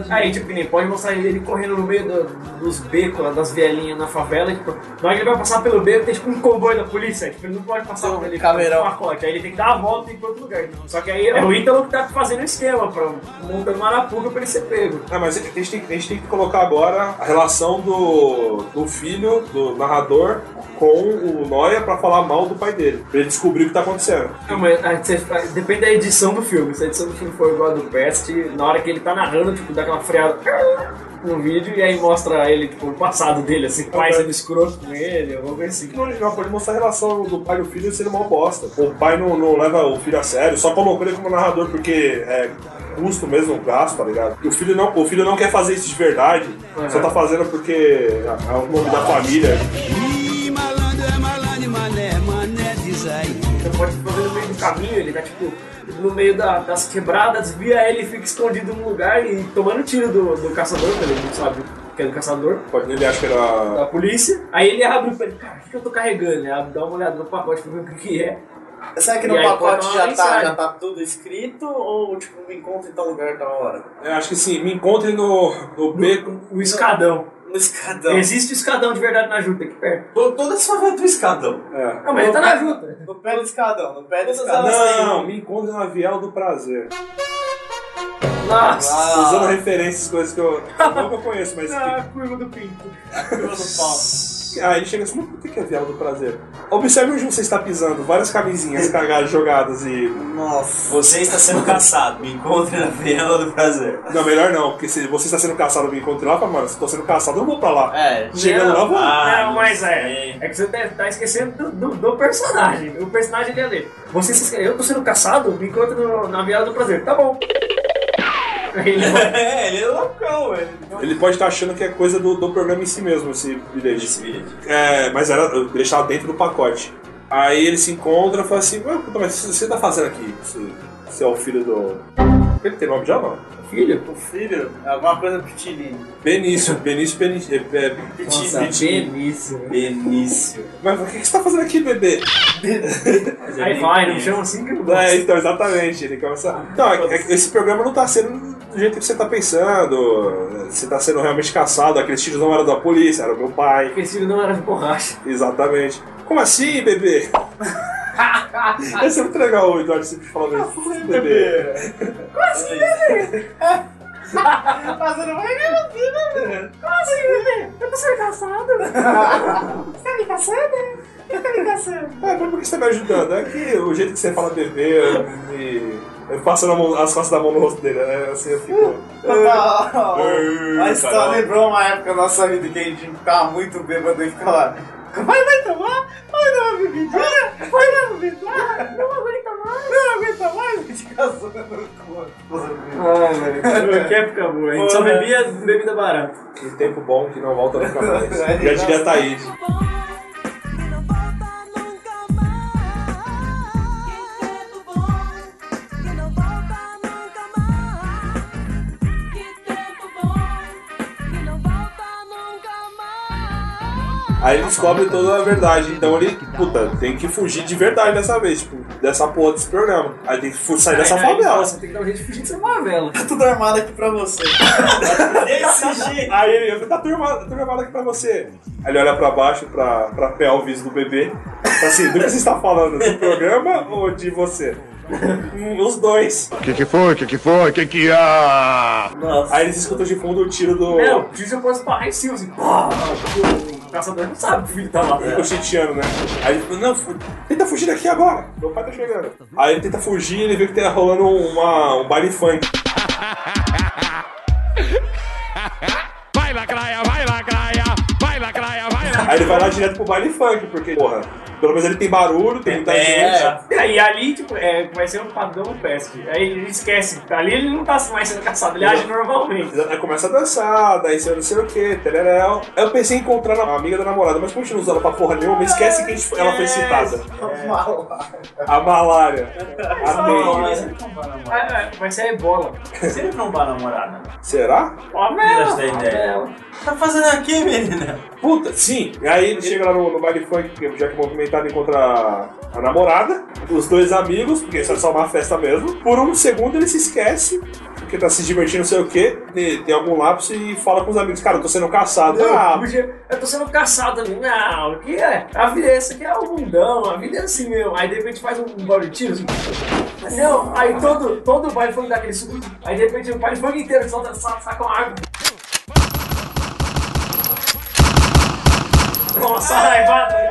S13: Aí, tipo, que nem pode mostrar ele correndo no meio do- dos becos, lá, das vielinhas na favela. Tipo, na hora que ele vai passar pelo beco, tem tipo um comboio da polícia. Tipo, ele não pode passar por ele
S11: caveirão.
S13: um pacote. Aí ele tem que dar a volta e ir pra outro lugar. Só que aí é o Ítalo que tá fazendo o esquema, pra, montando uma arapuca pra ele ser pego.
S12: Ah, mas a gente, tem, a gente tem que colocar agora a relação do, do filho, do narrador, com o Noia pra falar mal do pai dele. Pra ele descobrir o que tá acontecendo.
S13: Não, mas ah, você- ah, depende da edição do filme. Se a edição do filme for igual a do Pest, na hora que ele tá narrando, tipo, dá aquela freada no vídeo e aí mostra ele, tipo, o passado dele, assim, pai sendo escroto com ele, alguma
S12: É
S13: coisa assim.
S12: No original, pode mostrar a relação do pai e do filho sendo uma bosta. O pai não, não leva o filho a sério, só colocou ele como narrador porque é custo mesmo, gasto, tá ligado? E o filho não, o filho não quer fazer isso de verdade,
S13: Uhum.
S12: só tá fazendo porque é o nome da família.
S19: Ih, malandro é malandro, mané, mané diz aí.
S13: Você pode fazer no meio do caminho, ele tá tipo no meio da- das quebradas, via ele e fica escondido num lugar e tomando tiro do, do caçador, que ele não sabe que é do caçador,
S12: Ele acha que era.
S13: da polícia. Aí ele abre o pé, cara, o que que eu tô carregando? Ele abre, dá uma olhada no pacote pra ver o que que é.
S11: Será que no
S13: E aí,
S11: pacote
S13: quando
S11: já
S13: ele
S11: tá,
S13: sai.
S11: já tá tudo escrito ou tipo, me encontra em tal lugar tal hora?
S12: Eu acho que sim, me encontre no, no beco.
S13: O escadão.
S11: No escadão.
S13: Existe o escadão de verdade na junta aqui perto.
S11: Tô- Toda sua vida do escadão.
S12: É.
S13: Não, mas ele tá na junta.
S11: No pé do escadão, no pé do escadão.
S12: Não, me encontre na Viel do Prazer.
S13: Nossa.
S11: Ah,
S12: Usando referências, coisas que eu que eu nunca conheço, mas.
S13: Ah, curva do pinto.
S12: que- Ah, ele chega assim, mas por que que é viado do prazer? Observe onde você está pisando, várias camisinhas cagadas, jogadas e.
S11: Nossa.
S10: Você está sendo caçado. Me encontre na vela do prazer.
S12: Não, melhor não, porque se você está sendo caçado, me encontre lá, fala, mano, se estou sendo caçado, eu não vou pra lá.
S11: É.
S12: Chegando lá, eu vou.
S10: Ah,
S13: não, mas
S10: sei.
S13: é. É que você tá, tá esquecendo do, do- do personagem. O personagem dele ali. Você se esqueceu, eu tô sendo caçado? Me encontra no- na viada do prazer. Tá bom. Aí ele vai-
S10: É, ele é loucão, velho.
S12: Ele pode estar achando que é coisa do, do programa em si mesmo, esse bilhete. É, mas era deixar dentro do pacote. Aí ele se encontra e fala assim, "Ué, puta, mas o que você tá fazendo aqui? Você, você é o filho do. Ele tem nome já, não?
S13: Filho?
S11: O filho, alguma coisa pitilina.
S12: Benício, Benício, Benício. é- é-
S13: Nossa, né?" belíssimo.
S10: Benício.
S12: Mas o que que você tá fazendo aqui, bebê?
S13: Aí vai, não chama assim que eu gosto.
S12: É, então, exatamente. Ele começa. Não, é- é- esse programa não tá sendo do jeito que você tá pensando. Você tá sendo realmente caçado. Aqueles tiros não eram da polícia, era do meu pai.
S13: Porque esse filho não era de borracha.
S12: Exatamente. Como assim, bebê? É sempre legal o Eduardo sempre falando isso. Bebê.
S19: Quase que bebê.
S10: Mas eu não vou
S19: garantir, né, bebê? Quase que bebê. Eu não sou engraçado. Você tá me caçando? Eu tô me caçando.
S12: É, mas por que você tá me ajudando? É que o jeito que você fala bebê me. Eu passo na mão- as costas da mão no rosto dele, né? Assim eu fico.
S11: Mas só lembrou uma época da nossa vida que a gente ficava muito bêbado e ficava lá. Vai, vai tomar? Vai dar uma bebidinha? Vai dar uma bebidinha? Não aguenta mais? Não aguenta mais? A gente casou com a esposa do meu.
S13: velho. Que época boa. A gente só bebia bebida barata.
S12: Que Um tempo bom que não volta nunca mais. Já tá diria Thaís. Aí ele descobre toda a verdade. Então ele, puta, tem que fugir de verdade dessa vez, tipo, dessa porra desse programa. Aí tem que fu- sair É dessa
S13: Aí, aí,
S12: favela.
S13: nossa, Tem que dar um jeito de fugir dessa favela.
S11: Tá tudo armado aqui pra você.
S12: Esse jeito. Aí ele, eu falei, tá turmado, tá turmado aqui pra você. Aí ele olha pra baixo, pra, pra pelvis do bebê. Fala assim, do que você está falando? Do programa ou de você? Hum, Os dois.
S21: Que que foi? Que que foi? Que que há?
S12: Aí eles escutam de fundo o tiro do.
S13: Meu, diz eu posso parar em cima, assim. pá, O caçador não sabe que o filho tá lá.
S12: Ficou chiteando, né? Aí ele falou, não, fu- tenta fugir daqui agora. Meu pai tá chegando. Aí ele tenta fugir ele vê que tá rolando uma, um baile funk.
S19: Vai lacraia, vai lacraia, vai lacraia, vai lacraia.
S12: Aí ele vai lá direto pro baile funk, porque, porra, pelo menos ele tem barulho, tem
S13: É.
S12: muita gente.
S13: Então, E ali, tipo, é, vai ser um padrão peste. Aí ele esquece. Ali ele não tá mais sendo caçado, ele age normalmente.
S12: Aí começa a dançar, daí você não sei o que, tereréu. Aí eu pensei em encontrar a amiga da namorada, mas continua usando pra porra nenhuma, esquece que a gente- ela foi citada.
S11: é
S12: A malária. A dengue.
S13: É, é, Vai ser a ebola.
S10: Se ele trombar a namorada, né?
S12: Será?
S13: Ó,
S10: Não gosto da é ideia.
S13: meu.
S10: tá fazendo aqui, menina?
S12: Puta, sim. E aí ele chega lá no, no baile funk, porque já que é movimentado encontra a, a namorada, os dois amigos, porque isso é só uma festa mesmo. Por um segundo ele se esquece, porque tá se divertindo, não sei o quê, tem, tem algum lapso e fala com os amigos, cara, eu tô sendo caçado.
S13: Eu,
S12: Ah,
S13: podia- eu tô sendo caçado ali. Não, o que é? A vida é essa aqui é o mundão, a vida é assim mesmo. Aí de repente faz um barulho de tiro. assim. Não, aí todo, todo o baile funk dá aquele suco. Aí de repente o baile funk inteiro solta, saca, saca uma água. Nossa, raivada,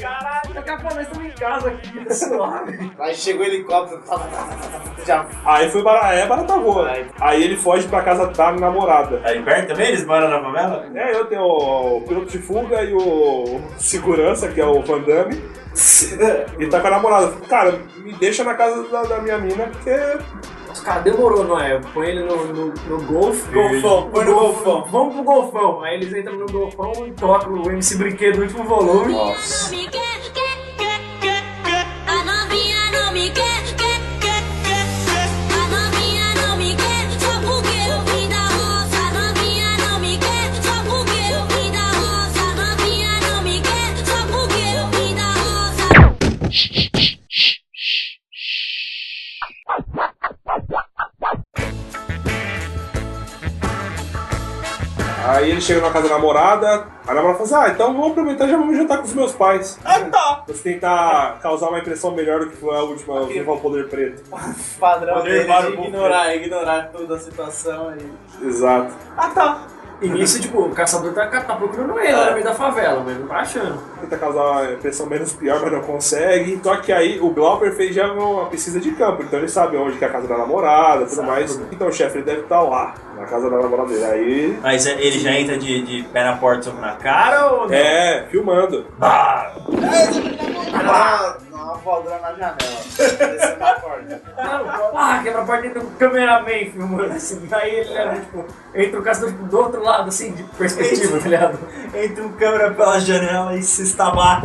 S13: caralho, daqui a pouco nós estamos em casa aqui, suave.
S11: Aí chegou o helicóptero. Já.
S12: Aí foi para é, barata voa. Aí ele foge pra casa da namorada.
S10: Aí Tá perto também eles moram na favela?
S12: É, eu tenho o, o piloto de fuga e o segurança, que é o Van Damme. e tá com a namorada. Cara, me deixa na casa da, da minha mina, porque.
S13: Os caras demorou, não é? Põe ele no, no, no golfe.
S10: Golfão, põe no golfão.
S13: Vamos pro golfão. Aí eles entram no golfão e tocam o MC Brinquedo, último volume.
S12: Nossa.
S19: A novinha não me quer, quer, quer, quer, quer. A novinha não me quer, só porque eu vim da roça. A novinha não me quer, só porque eu vim da roça. A novinha não me quer, só porque eu vim da roça.
S12: Aí ele chega na casa da namorada, a namorada fala assim: ah, então vamos aproveitar e já vamos jantar com os meus pais. Ah, tá! Você tentar causar uma impressão melhor do que foi a última Viva o Poder Preto.
S11: Padrão
S12: Poder
S11: dele
S12: para o
S11: de
S12: povo.
S11: ignorar, ignorar toda a situação aí.
S12: Exato.
S11: Ah tá.
S13: E nisso, tipo, o caçador tá, tá procurando ele lá no meio da favela, mas não tá achando.
S12: Tenta causar uma impressão menos pior, mas não consegue. Só que aí o Glauber fez já uma pesquisa de campo, então ele sabe onde que é a casa da namorada e tudo mais. Então o chefe ele deve estar lá, na casa da namorada dele. Aí.
S10: Mas é- ele já entra de, de pé na porta, soco na cara ou não?
S12: É, filmando.
S11: Ah, uma voadora na janela. é Descendo na porta.
S13: Ah, quebra a parte do cameraman filmando assim. Daí ele leva, tipo, entra o caçador tipo, do outro lado, assim, de perspectiva, tá ligado?
S10: Entra um câmera pela janela e se estabaca.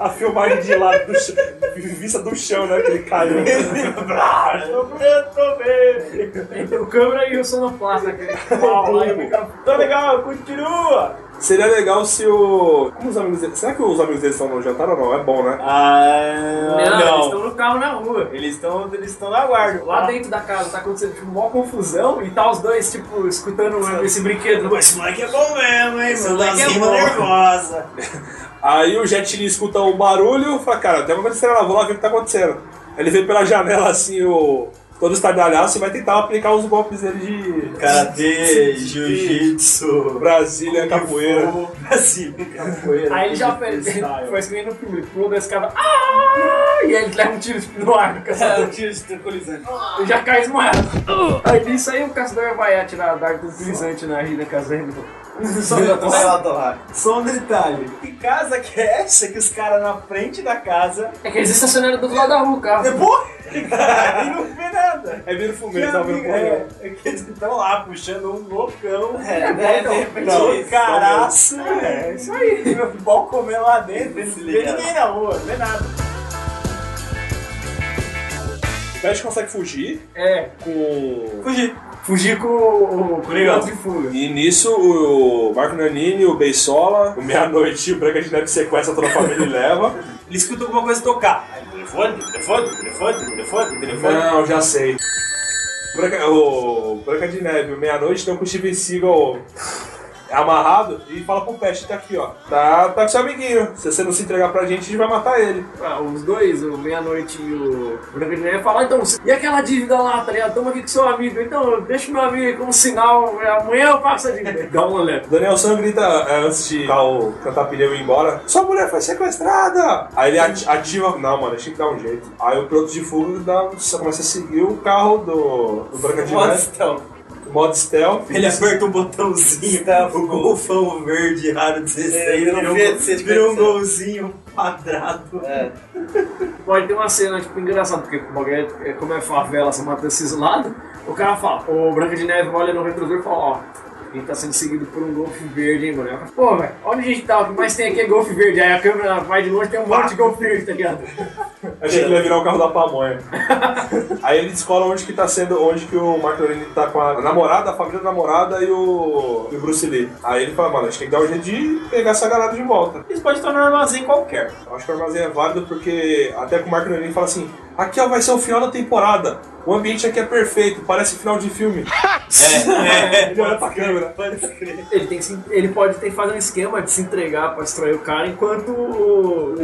S12: a filmagem de lado, do chão, vista do chão, né? Que ele caiu.
S13: Eu tô bem! Entre o câmera e o sonoplasta. aquele pau lá e o microfone.
S10: Tá legal, continua!
S12: Seria legal se o. Como os amigos dele. Será que os amigos deles estão no jantar ou não? É bom, né?
S10: Ah.
S13: Não,
S10: Não.
S13: eles estão no carro na rua.
S10: Eles estão eles estão na guarda.
S13: Lá dentro da casa tá acontecendo tipo, mó confusão e tá os dois, tipo, escutando esse brinquedo.
S10: Esse moleque é bom mesmo, hein?
S13: Esse
S18: tá
S13: moleque
S18: assim,
S13: é
S10: Rimas
S13: bom.
S10: nervosa.
S12: Aí o Jet Li escuta o barulho e fala, cara, tem uma coisa lá, vou lá ver o que tá acontecendo. Aí ele vê pela janela assim o. Todo estardalhaço e vai tentar aplicar os golpes dele de.
S10: Karatê,
S12: de-
S10: jiu-jitsu,
S12: Brasília, capoeira.
S10: Brasília, capoeira.
S13: Aí ele já perde, faz que nem no filme, ele pulou da escada, ah! E aí ele leva um tiro tipo, no ar, no
S10: É, o
S13: caçador.
S10: tiro tranquilizante.
S13: Ele já cai esmoado. Aí nisso aí o caçador vai atirar da arco deslizante na ri da casa dele.
S10: Só,
S13: Vila Torraca.
S10: só um detalhe. Que casa que é essa que os caras na frente da casa...
S13: É que eles estacionaram do lado da rua o carro.
S10: Depois? E não vê nada.
S12: É vira fumeiro,
S10: Que
S12: tá vendo?
S10: amiga, é, é que eles estão lá puxando um loucão.
S13: É, né, de repente
S10: Um
S13: isso,
S10: caraço. É, isso aí. Meu futebol comendo lá dentro. Não vê
S12: liga.
S10: ninguém na rua, não vê nada.
S12: O Flash Então consegue fugir.
S13: É.
S12: Com.
S10: Fugir.
S13: Fugir com
S12: Coringão.
S13: o Coringão de fuga.
S12: E nisso o Marco Nanini, o Beisola, o Meia-Noite, o Branca de Neve sequestra toda a família e leva.
S10: Ele escuta alguma coisa tocar. Aí, Telefone, telefone, telefone, telefone, telefone.
S12: Não, já sei. Branca, o Branca de Neve, o meia-noite, tem um Steven Seagal amarrado e fala pro Pet, tá aqui, ó. Tá, tá com seu amiguinho. Se você não se entregar pra gente, a gente vai matar ele.
S13: Ah, os dois, o Meia-Noite e o Branca de Neve, falar, então, e aquela dívida lá, tá ligado? Toma aqui com seu amigo, então, deixa o meu amigo aí como sinal, é, amanhã eu passo a dívida. Dá uma olhada.
S12: Daniel San grita é, antes de dar o cantar pneu e ir embora: Sua mulher foi sequestrada! Aí ele ati- ativa. Não, mano, tinha que dar um jeito. Aí o piloto de fuga dá, um, começa a seguir o carro do, do Branca de
S10: Modo
S12: Neve.
S10: stealth.
S12: Modo stealth.
S10: Ele aperta um botãozinho,
S22: Tá
S10: o golfão verde raro 16
S11: É, ele não
S10: virou, um
S11: vê
S10: gol-
S11: 16,
S10: virou um
S11: 16.
S10: golzinho quadrado.
S22: É.
S13: Pode ter uma cena, tipo, engraçada, porque como é, é- como é favela, você mata esses lados, o cara fala, o Branca de Neve olha no retrovisor e fala, ó, ele tá sendo seguido por um golfe verde, hein, mano? Ela fala, Pô, velho, olha o digital, o que mais tem aqui é golfe verde. Aí a câmera vai de longe, tem um monte de golfe verde, tá ligado?
S12: Achei que ele ia virar o carro da pamonha. Aí ele descola onde que tá sendo, onde que o Mark Lorene tá com a namorada, a família da namorada e o, e o Bruce Lee. Aí ele fala, mano, a gente tem que dar um jeito de pegar essa galera de volta.
S10: Isso pode tornar um armazém qualquer.
S12: Eu acho que o armazém é válido porque até que o Mark Lorene fala assim, aqui ó, vai ser o final da temporada. O ambiente aqui é perfeito, parece final de filme.
S10: É,
S12: ele olha pra câmera.
S13: Ele, tem que se- ele pode ter que fazer um esquema de se entregar pra distrair o cara enquanto o,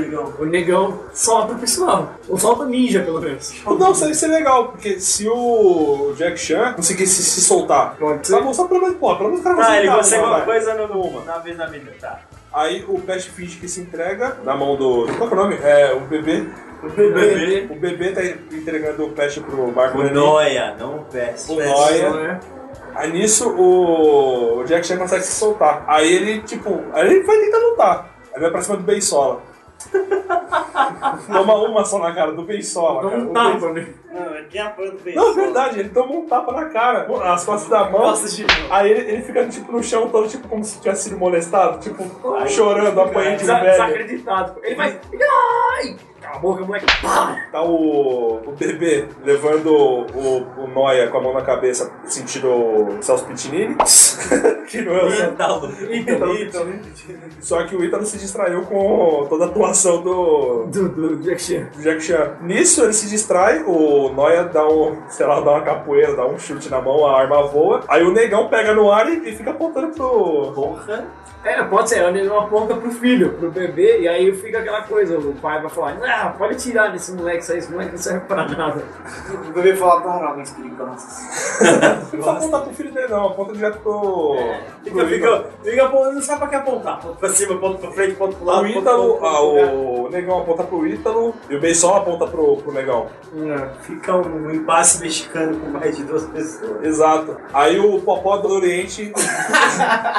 S13: o, negão. solta o pessoal. Ou solta o ninja, pelo menos.
S12: Não, isso aí seria legal, porque se o Jack Chan conseguisse se soltar,
S13: Pode
S12: vai mostrar pelo menos, pô, pelo menos o cara
S10: Ah, ele
S12: tá,
S10: consegue
S12: não,
S10: uma
S12: vai.
S10: coisa no numa. Na vez na vida, tá.
S12: Aí o Flash finge que se entrega na mão do. Qual que é o nome? É, o bebê. O bebê. O bebê tá entregando o Flash pro Marco
S10: O
S12: Nanini.
S10: Noia, não o Pest.
S12: O Noia.
S13: né?
S12: Aí nisso o, o Jack Chan consegue se soltar. Aí ele, tipo, aí ele vai tentar lutar. Aí vai pra cima do Beisola. toma uma só na cara do Beisola. cara. O Beisola-
S13: né?
S10: Não, aqui é a banda do
S12: Não, é verdade, ele toma um tapa na cara, as costas da mão.
S10: Costas de mão.
S12: Aí ele, ele fica tipo no chão todo, tipo, como se tivesse sido molestado, tipo, chorando, apanhando de
S13: Desa-
S12: velho.
S13: Desacreditado. Ele vai. Ai! Cala a boca, moleque. Pá!
S12: Tá o, o bebê levando o, o Noia com a mão na cabeça, sentindo o Celso Pitinini. que não é o Celso.
S13: tá
S10: Ítalo. então.
S12: Ítalo. então. Só que o Ítalo se distraiu com toda a atuação do,
S13: Do, do Jack Chan.
S12: do Jack Chan. Nisso ele se distrai, o Noia dá um, sei lá, dá uma capoeira, dá um chute na mão, a arma voa. Aí o negão pega no ar e, e fica apontando pro.
S10: Porra.
S13: É, pode ser, ele não aponta pro filho, pro bebê, e aí fica aquela coisa, o pai vai falar, ah, pode tirar desse moleque, isso aí, esse moleque não serve pra nada.
S11: O bebê fala, tá realmente perigosa.
S12: Não precisa apontar pro filho dele, não, aponta direto pro.
S10: É, Fica,
S12: pro
S10: fica, fica, apontando, não sabe pra que apontar. Ponto pra cima, ponto pra frente, ponto pro lado.
S12: O
S10: ponto
S12: Ítalo,
S10: pra outro
S12: ah,
S10: lugar.
S12: o Negão aponta pro Ítalo e o Beisola aponta pro, pro Negão.
S10: Fica um impasse mexicano com mais de duas pessoas.
S12: Exato. Aí o Popó do Oriente,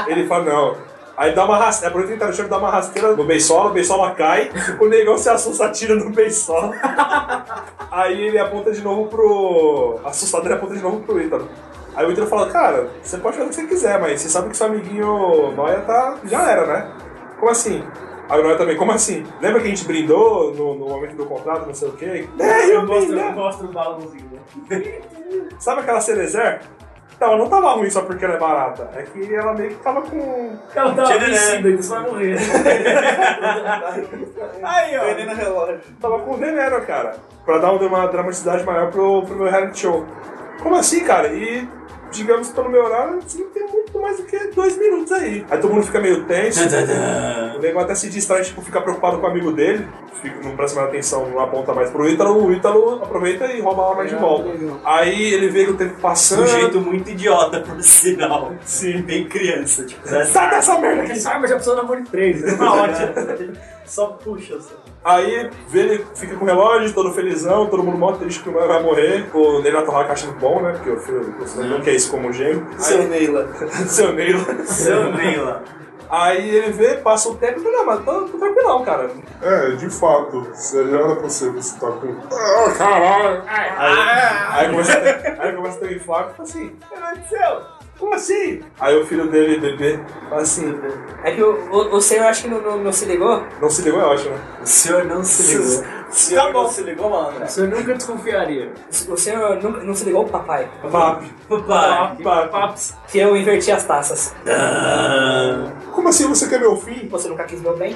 S12: ele fala, não. Aí dá uma rasteira, aproveita que ele tá no chão, dá uma rasteira no Beisola, o Beisola cai, o Negão se assusta, atira no Beisola. Aí ele aponta de novo pro... Assustado, ele aponta de novo pro Ítalo. Aí o Ítalo fala, cara, você pode fazer o que você quiser, mas você sabe que seu amiguinho Noia tá... já era, né? Como assim? Aí o Noia também, como assim? Lembra que a gente brindou no, no momento do contrato, não sei o quê? É, eu
S10: mostro, né?
S12: brindei!
S10: mostro o balãozinho.
S12: Sabe aquela Cerezer? Não, Então, ela não tava ruim só porque ela é barata. É que ela meio que tava com.
S13: Ela tava
S10: né?
S13: vencida, então você vai morrer.
S12: Aí, ó.
S11: Veneno relógio.
S12: Tava com veneno, cara. Pra dar uma dramaticidade maior pro, pro meu reality show. Como assim, cara? E. Digamos, pelo meu horário, isso não tem muito mais do que dois minutos aí. Aí todo mundo fica meio tenso. o nego até se distrai, tipo, fica preocupado com o amigo dele. Fica, não presta mais atenção, não aponta mais pro Ítalo. O Ítalo aproveita e rouba a hora de volta. Aí ele vê que o tempo passando.
S22: Ah.
S23: Um jeito muito idiota, por sinal. Sim. Bem criança, tipo.
S12: Sai dessa merda que
S13: Essa arma já precisou na mão de três, né?
S10: Tá
S18: Uma ótima. Só puxa, só.
S12: Aí vê ele fica com o relógio, todo felizão, todo mundo mó triste que o Mario vai morrer. O Neila Torraca achando bom, né? Porque o filho não quer isso é como gêmeo.
S11: Seu Neila.
S12: Seu Neila.
S11: Seu Neila.
S12: Aí ele vê, passa o tempo e fala, não, mas tô, tô tranquilão, cara.
S9: É, de fato, se já era pra você, você tá com. Ah, caralho!
S12: Aí, aí começa, a ter- aí começa a ter um infarto e fala assim, caralho do céu, como assim? Aí o filho dele, bebê, fala assim,
S22: É que o, o, o senhor acho que não, não, não se ligou?
S12: não se ligou é ótimo, né?
S23: O senhor não se ligou.
S11: Tá bom, se ligou, malandro.
S13: Você É, nunca desconfiaria.
S22: O senhor não, não se ligou, papai?
S12: Papi.
S23: Papai.
S13: Paps.
S22: Que eu inverti as taças.
S9: Como assim você quer meu fim?
S22: Você nunca quis meu bem?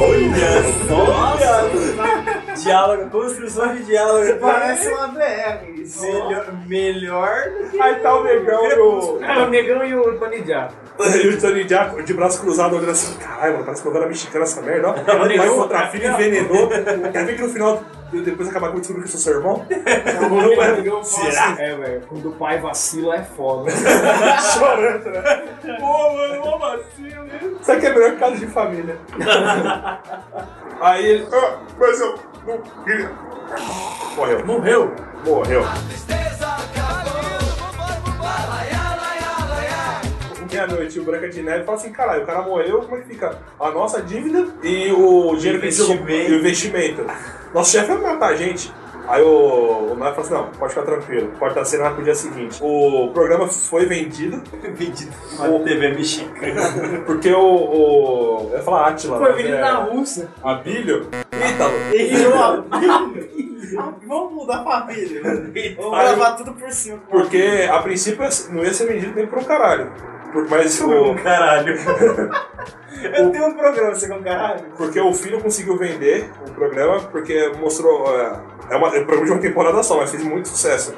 S23: Olha só! diálogo, construção de diálogo.
S11: Parece um uma BR.
S23: Melhor, melhor do que.
S12: Aí tá o negão e o-
S13: É, o negão e o Panidjá.
S12: E o Tony Jack de braço cruzado olhando assim, caralho, mano, parece que eu vou mexicana essa merda, ó. Vai encontrar a filha envenenou. Quer ver que no final, eu depois acabar com descobrir que eu sou seu irmão?
S13: É, O negão fala
S12: Será?
S13: assim, É, velho, quando o pai vacila é foda.
S12: Chorando, né? Pô, mano, uma
S22: assim,
S12: vacina.
S22: né?
S12: Isso aqui é melhor que casa de família. Aí ele. "Ah, mas eu não queria." Morreu. Morreu. Morreu. Meia-noite, o Branca de Neve fala assim: caralho, o cara morreu, como é que fica? A nossa dívida e o dinheiro que a gente comprou- e o investimento. Nosso chefe vai matar a gente. Aí o, o Neve fala assim: não, pode ficar tranquilo, pode estar sendo pro dia seguinte. O programa foi vendido.
S23: Vendido. Uma TV mexicana.
S12: Porque o. o eu ia falar Atila.
S13: Foi
S12: mas
S13: vindo
S12: é
S13: da Rússia.
S12: Abílio? Ítalo.
S11: Vamos mudar a família. né? Vamos
S12: Aí-
S11: gravar tudo por cima.
S12: Porque a princípio não ia ser vendido nem pra um caralho. Por, mas o,
S23: Caralho.
S11: Eu tenho um programa, você com caralho.
S12: porque o filho conseguiu vender o programa, porque mostrou. É, é uma, é um programa de uma temporada só, mas fez muito sucesso.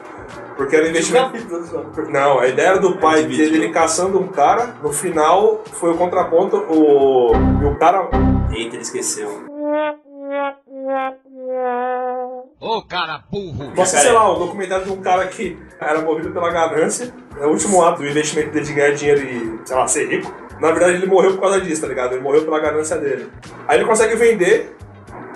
S12: Porque era investimento.
S11: Capítulo só.
S12: Não, a ideia era do pai dele ele caçando um cara, no final foi o contraponto, o. E o cara.
S23: Eita, ele esqueceu.
S19: Ô cara burro!
S12: Mostra, sei lá, o documentário de um cara que era movido pela ganância. É o último ato do investimento dele de ganhar dinheiro e, sei lá, ser rico. Na verdade, ele morreu por causa disso, tá ligado? Ele morreu pela ganância dele. Aí ele consegue vender,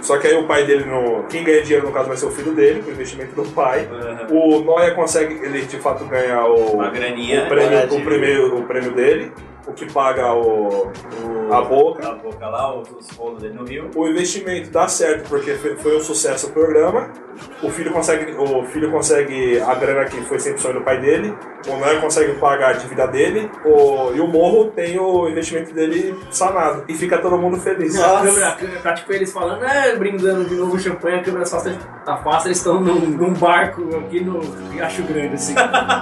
S12: só que aí o pai dele não. Quem ganha dinheiro, no caso, vai ser o filho dele, com o investimento do pai. O Noia consegue, ele de fato ganha o.
S23: Uma graninha.
S12: o
S10: né,
S12: prêmio,
S23: de-
S12: o, prêmio, o prêmio dele, o que paga o, a boca.
S23: A boca lá, os rolos dele no rio.
S12: O investimento dá certo porque foi foi um sucesso o programa. O filho consegue, o filho consegue a grana que foi sempre sonho do pai dele. O Noé consegue pagar a dívida dele. O, e o Morro tem o investimento dele sanado. E fica todo mundo feliz.
S13: A câmera, tá tipo eles falando, é, brindando de novo champanhe, a câmera só tá- tá fácil, eles estão num, num barco aqui no Riacho Grande, assim,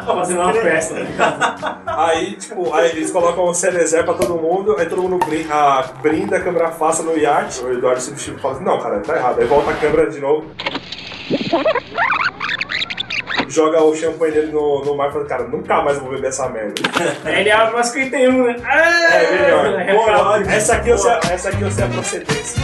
S13: fazendo uma festa. tá
S12: Aí, tipo, aí eles colocam o Cerezer pra todo mundo, aí todo mundo brinda, a, brinda a câmera afasta no iate. O Eduardo substitui e fala assim, não, cara, tá errado. Aí volta a câmera de novo. Joga o champanhe dele no, no mar e fala, cara, nunca mais vou beber essa merda.
S13: Aí ele é abre umas 51, né? Ah,
S12: É melhor.
S13: é
S12: Boa,
S13: calma.
S12: essa aqui eu sei, essa aqui eu sei a procedência.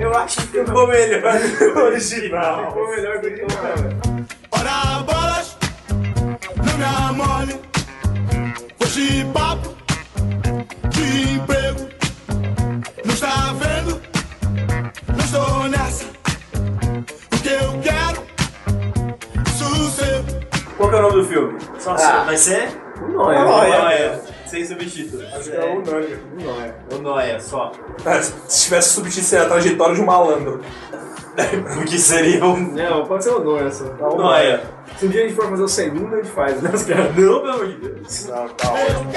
S11: Eu acho que eu
S12: Ficou melhor que o original.
S13: Ficou melhor do que o cara.
S19: Parabolas, não me amole. Hoje papo de emprego. Não está vendo? Não estou nessa. O que eu quero? é Sossego.
S23: Qual que é o nome do filme? Só
S11: Ah.
S23: Vai ser?
S13: O Noia.
S23: O
S13: né?
S23: Noia. Sem subtítulo.
S12: Acho que é o Nani.
S13: O Noia.
S23: O Noia, só.
S12: É, Se tivesse substituído a trajetória de um malandro.
S23: O que seria um
S13: Não, pode ser o Noia só.
S12: Tá Não, é.
S23: Noia?
S13: Se um dia a gente for fazer o segundo, a gente faz, né? os caras?
S23: Não, pelo amor de Deus.
S12: Não, tá ótimo.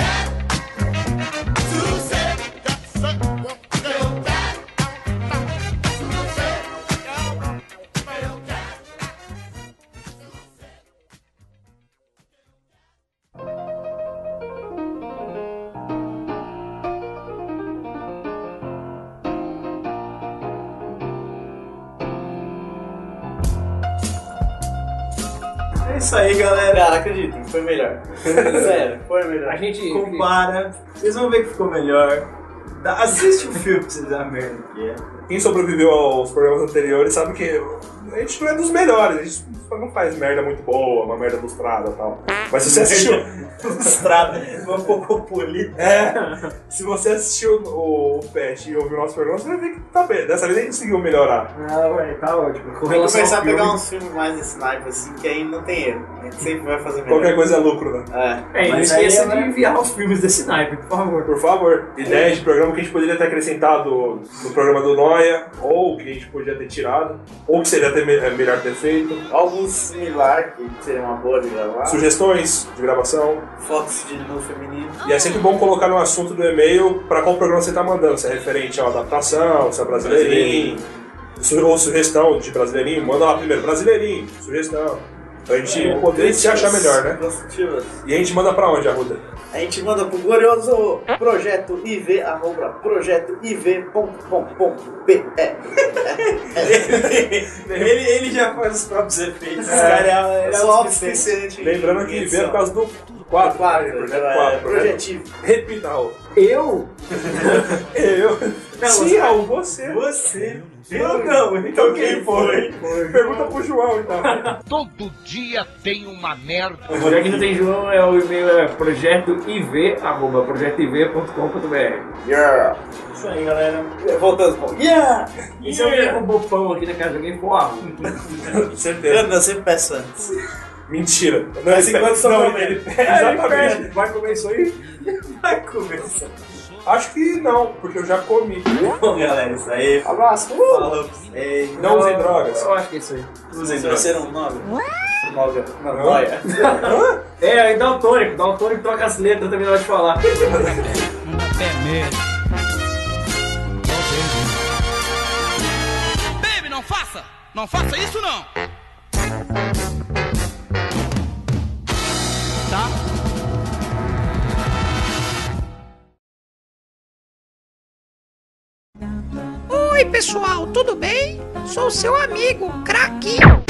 S10: Isso aí, galera.
S11: Cara, acredito, foi melhor. Sério, foi melhor.
S10: A gente compara. Vocês vão ver que ficou melhor. Dá- Assiste o filme pra vocês verem a merda que é.
S12: Quem sobreviveu aos programas anteriores sabe que a gente não é dos melhores, a gente não faz merda muito boa, uma merda lustrada e tal. Mas se você assistiu.
S10: Lustrada, uma pocopolita.
S12: É, se você assistiu o o Pet e ouviu o nosso programa, você vai ver que tá bem. Dessa vez a gente conseguiu melhorar.
S13: Ah, ué, tá ótimo.
S11: Vou começar a pegar uns filmes mais de sniper assim, que aí não tem erro. A gente sempre vai fazer melhor.
S12: Qualquer coisa é lucro, né?
S13: É, e não esqueça de enviar os filmes desse sniper, por favor.
S12: Por favor, ideias de programa que a gente poderia ter acrescentado no programa do Noia, ou que a gente podia ter tirado, ou que seria até me- é, melhor ter feito.
S11: Algo similar que seria uma boa de gravar.
S12: Sugestões de gravação.
S11: Fotos de novo feminino.
S12: E é sempre bom colocar no assunto do e-mail para qual programa você está mandando, se é referente à adaptação, se é brasileirinho, su- ou sugestão de brasileirinho, manda lá primeiro, brasileirinho, sugestão. Pra gente
S11: É,
S12: poder se achar melhor, né?
S11: Construtivas.
S12: E a gente manda pra onde, Arruda?
S11: A gente manda pro glorioso projeto IV, arroba projetoiv.com.br.
S10: Ele, ele já faz os próprios efeitos.
S11: É.
S10: Esse cara é,
S11: Eu
S10: ele é
S11: sou
S10: autossuficiente.
S12: Lembrando que vem por causa do né? 4, projeto 4,
S11: Projetivo.
S12: Repinal.
S13: Eu?
S12: Eu?
S10: Não,
S12: Sim,
S10: você-
S12: Raul, você.
S10: Você. Eu não, então quem foi?
S12: Pergunta pro João, então.
S2: Todo dia tem uma merda.
S13: Já que não tem João, é o e-mail é projetoiv, arroba projetoiv.com.br.
S11: Yeah! É,
S10: Isso aí, galera.
S11: Voltando pro Yeah!
S13: E se eu vier com um bopão aqui na casa de alguém, pô, arrumo.
S12: Certeza.
S11: Eu, eu sempre peço antes.
S12: Mentira. Não,
S11: Mas
S12: ele-
S11: enquanto só
S12: não,
S11: comendo.
S12: ele- tá
S13: É,
S12: Exatamente.
S13: ele Vai comer isso aí?
S10: Vai começar.
S12: Acho que não, porque eu já comi.
S10: Bom, galera, isso aí.
S11: Abraço.
S10: Falou pra vocês.
S12: Não usem drogas.
S13: Eu acho que é isso aí.
S10: Usem
S11: Se você
S10: drogas.
S11: não nove. Nove. Não,
S12: Não.
S11: noia.
S13: É, e dá o tônico, dá o tônico e troca as letras também na hora de falar.
S19: Baby, não faça! Não faça isso não! Tá?
S15: Oi, pessoal, tudo bem? Sou seu amigo, Craquinho.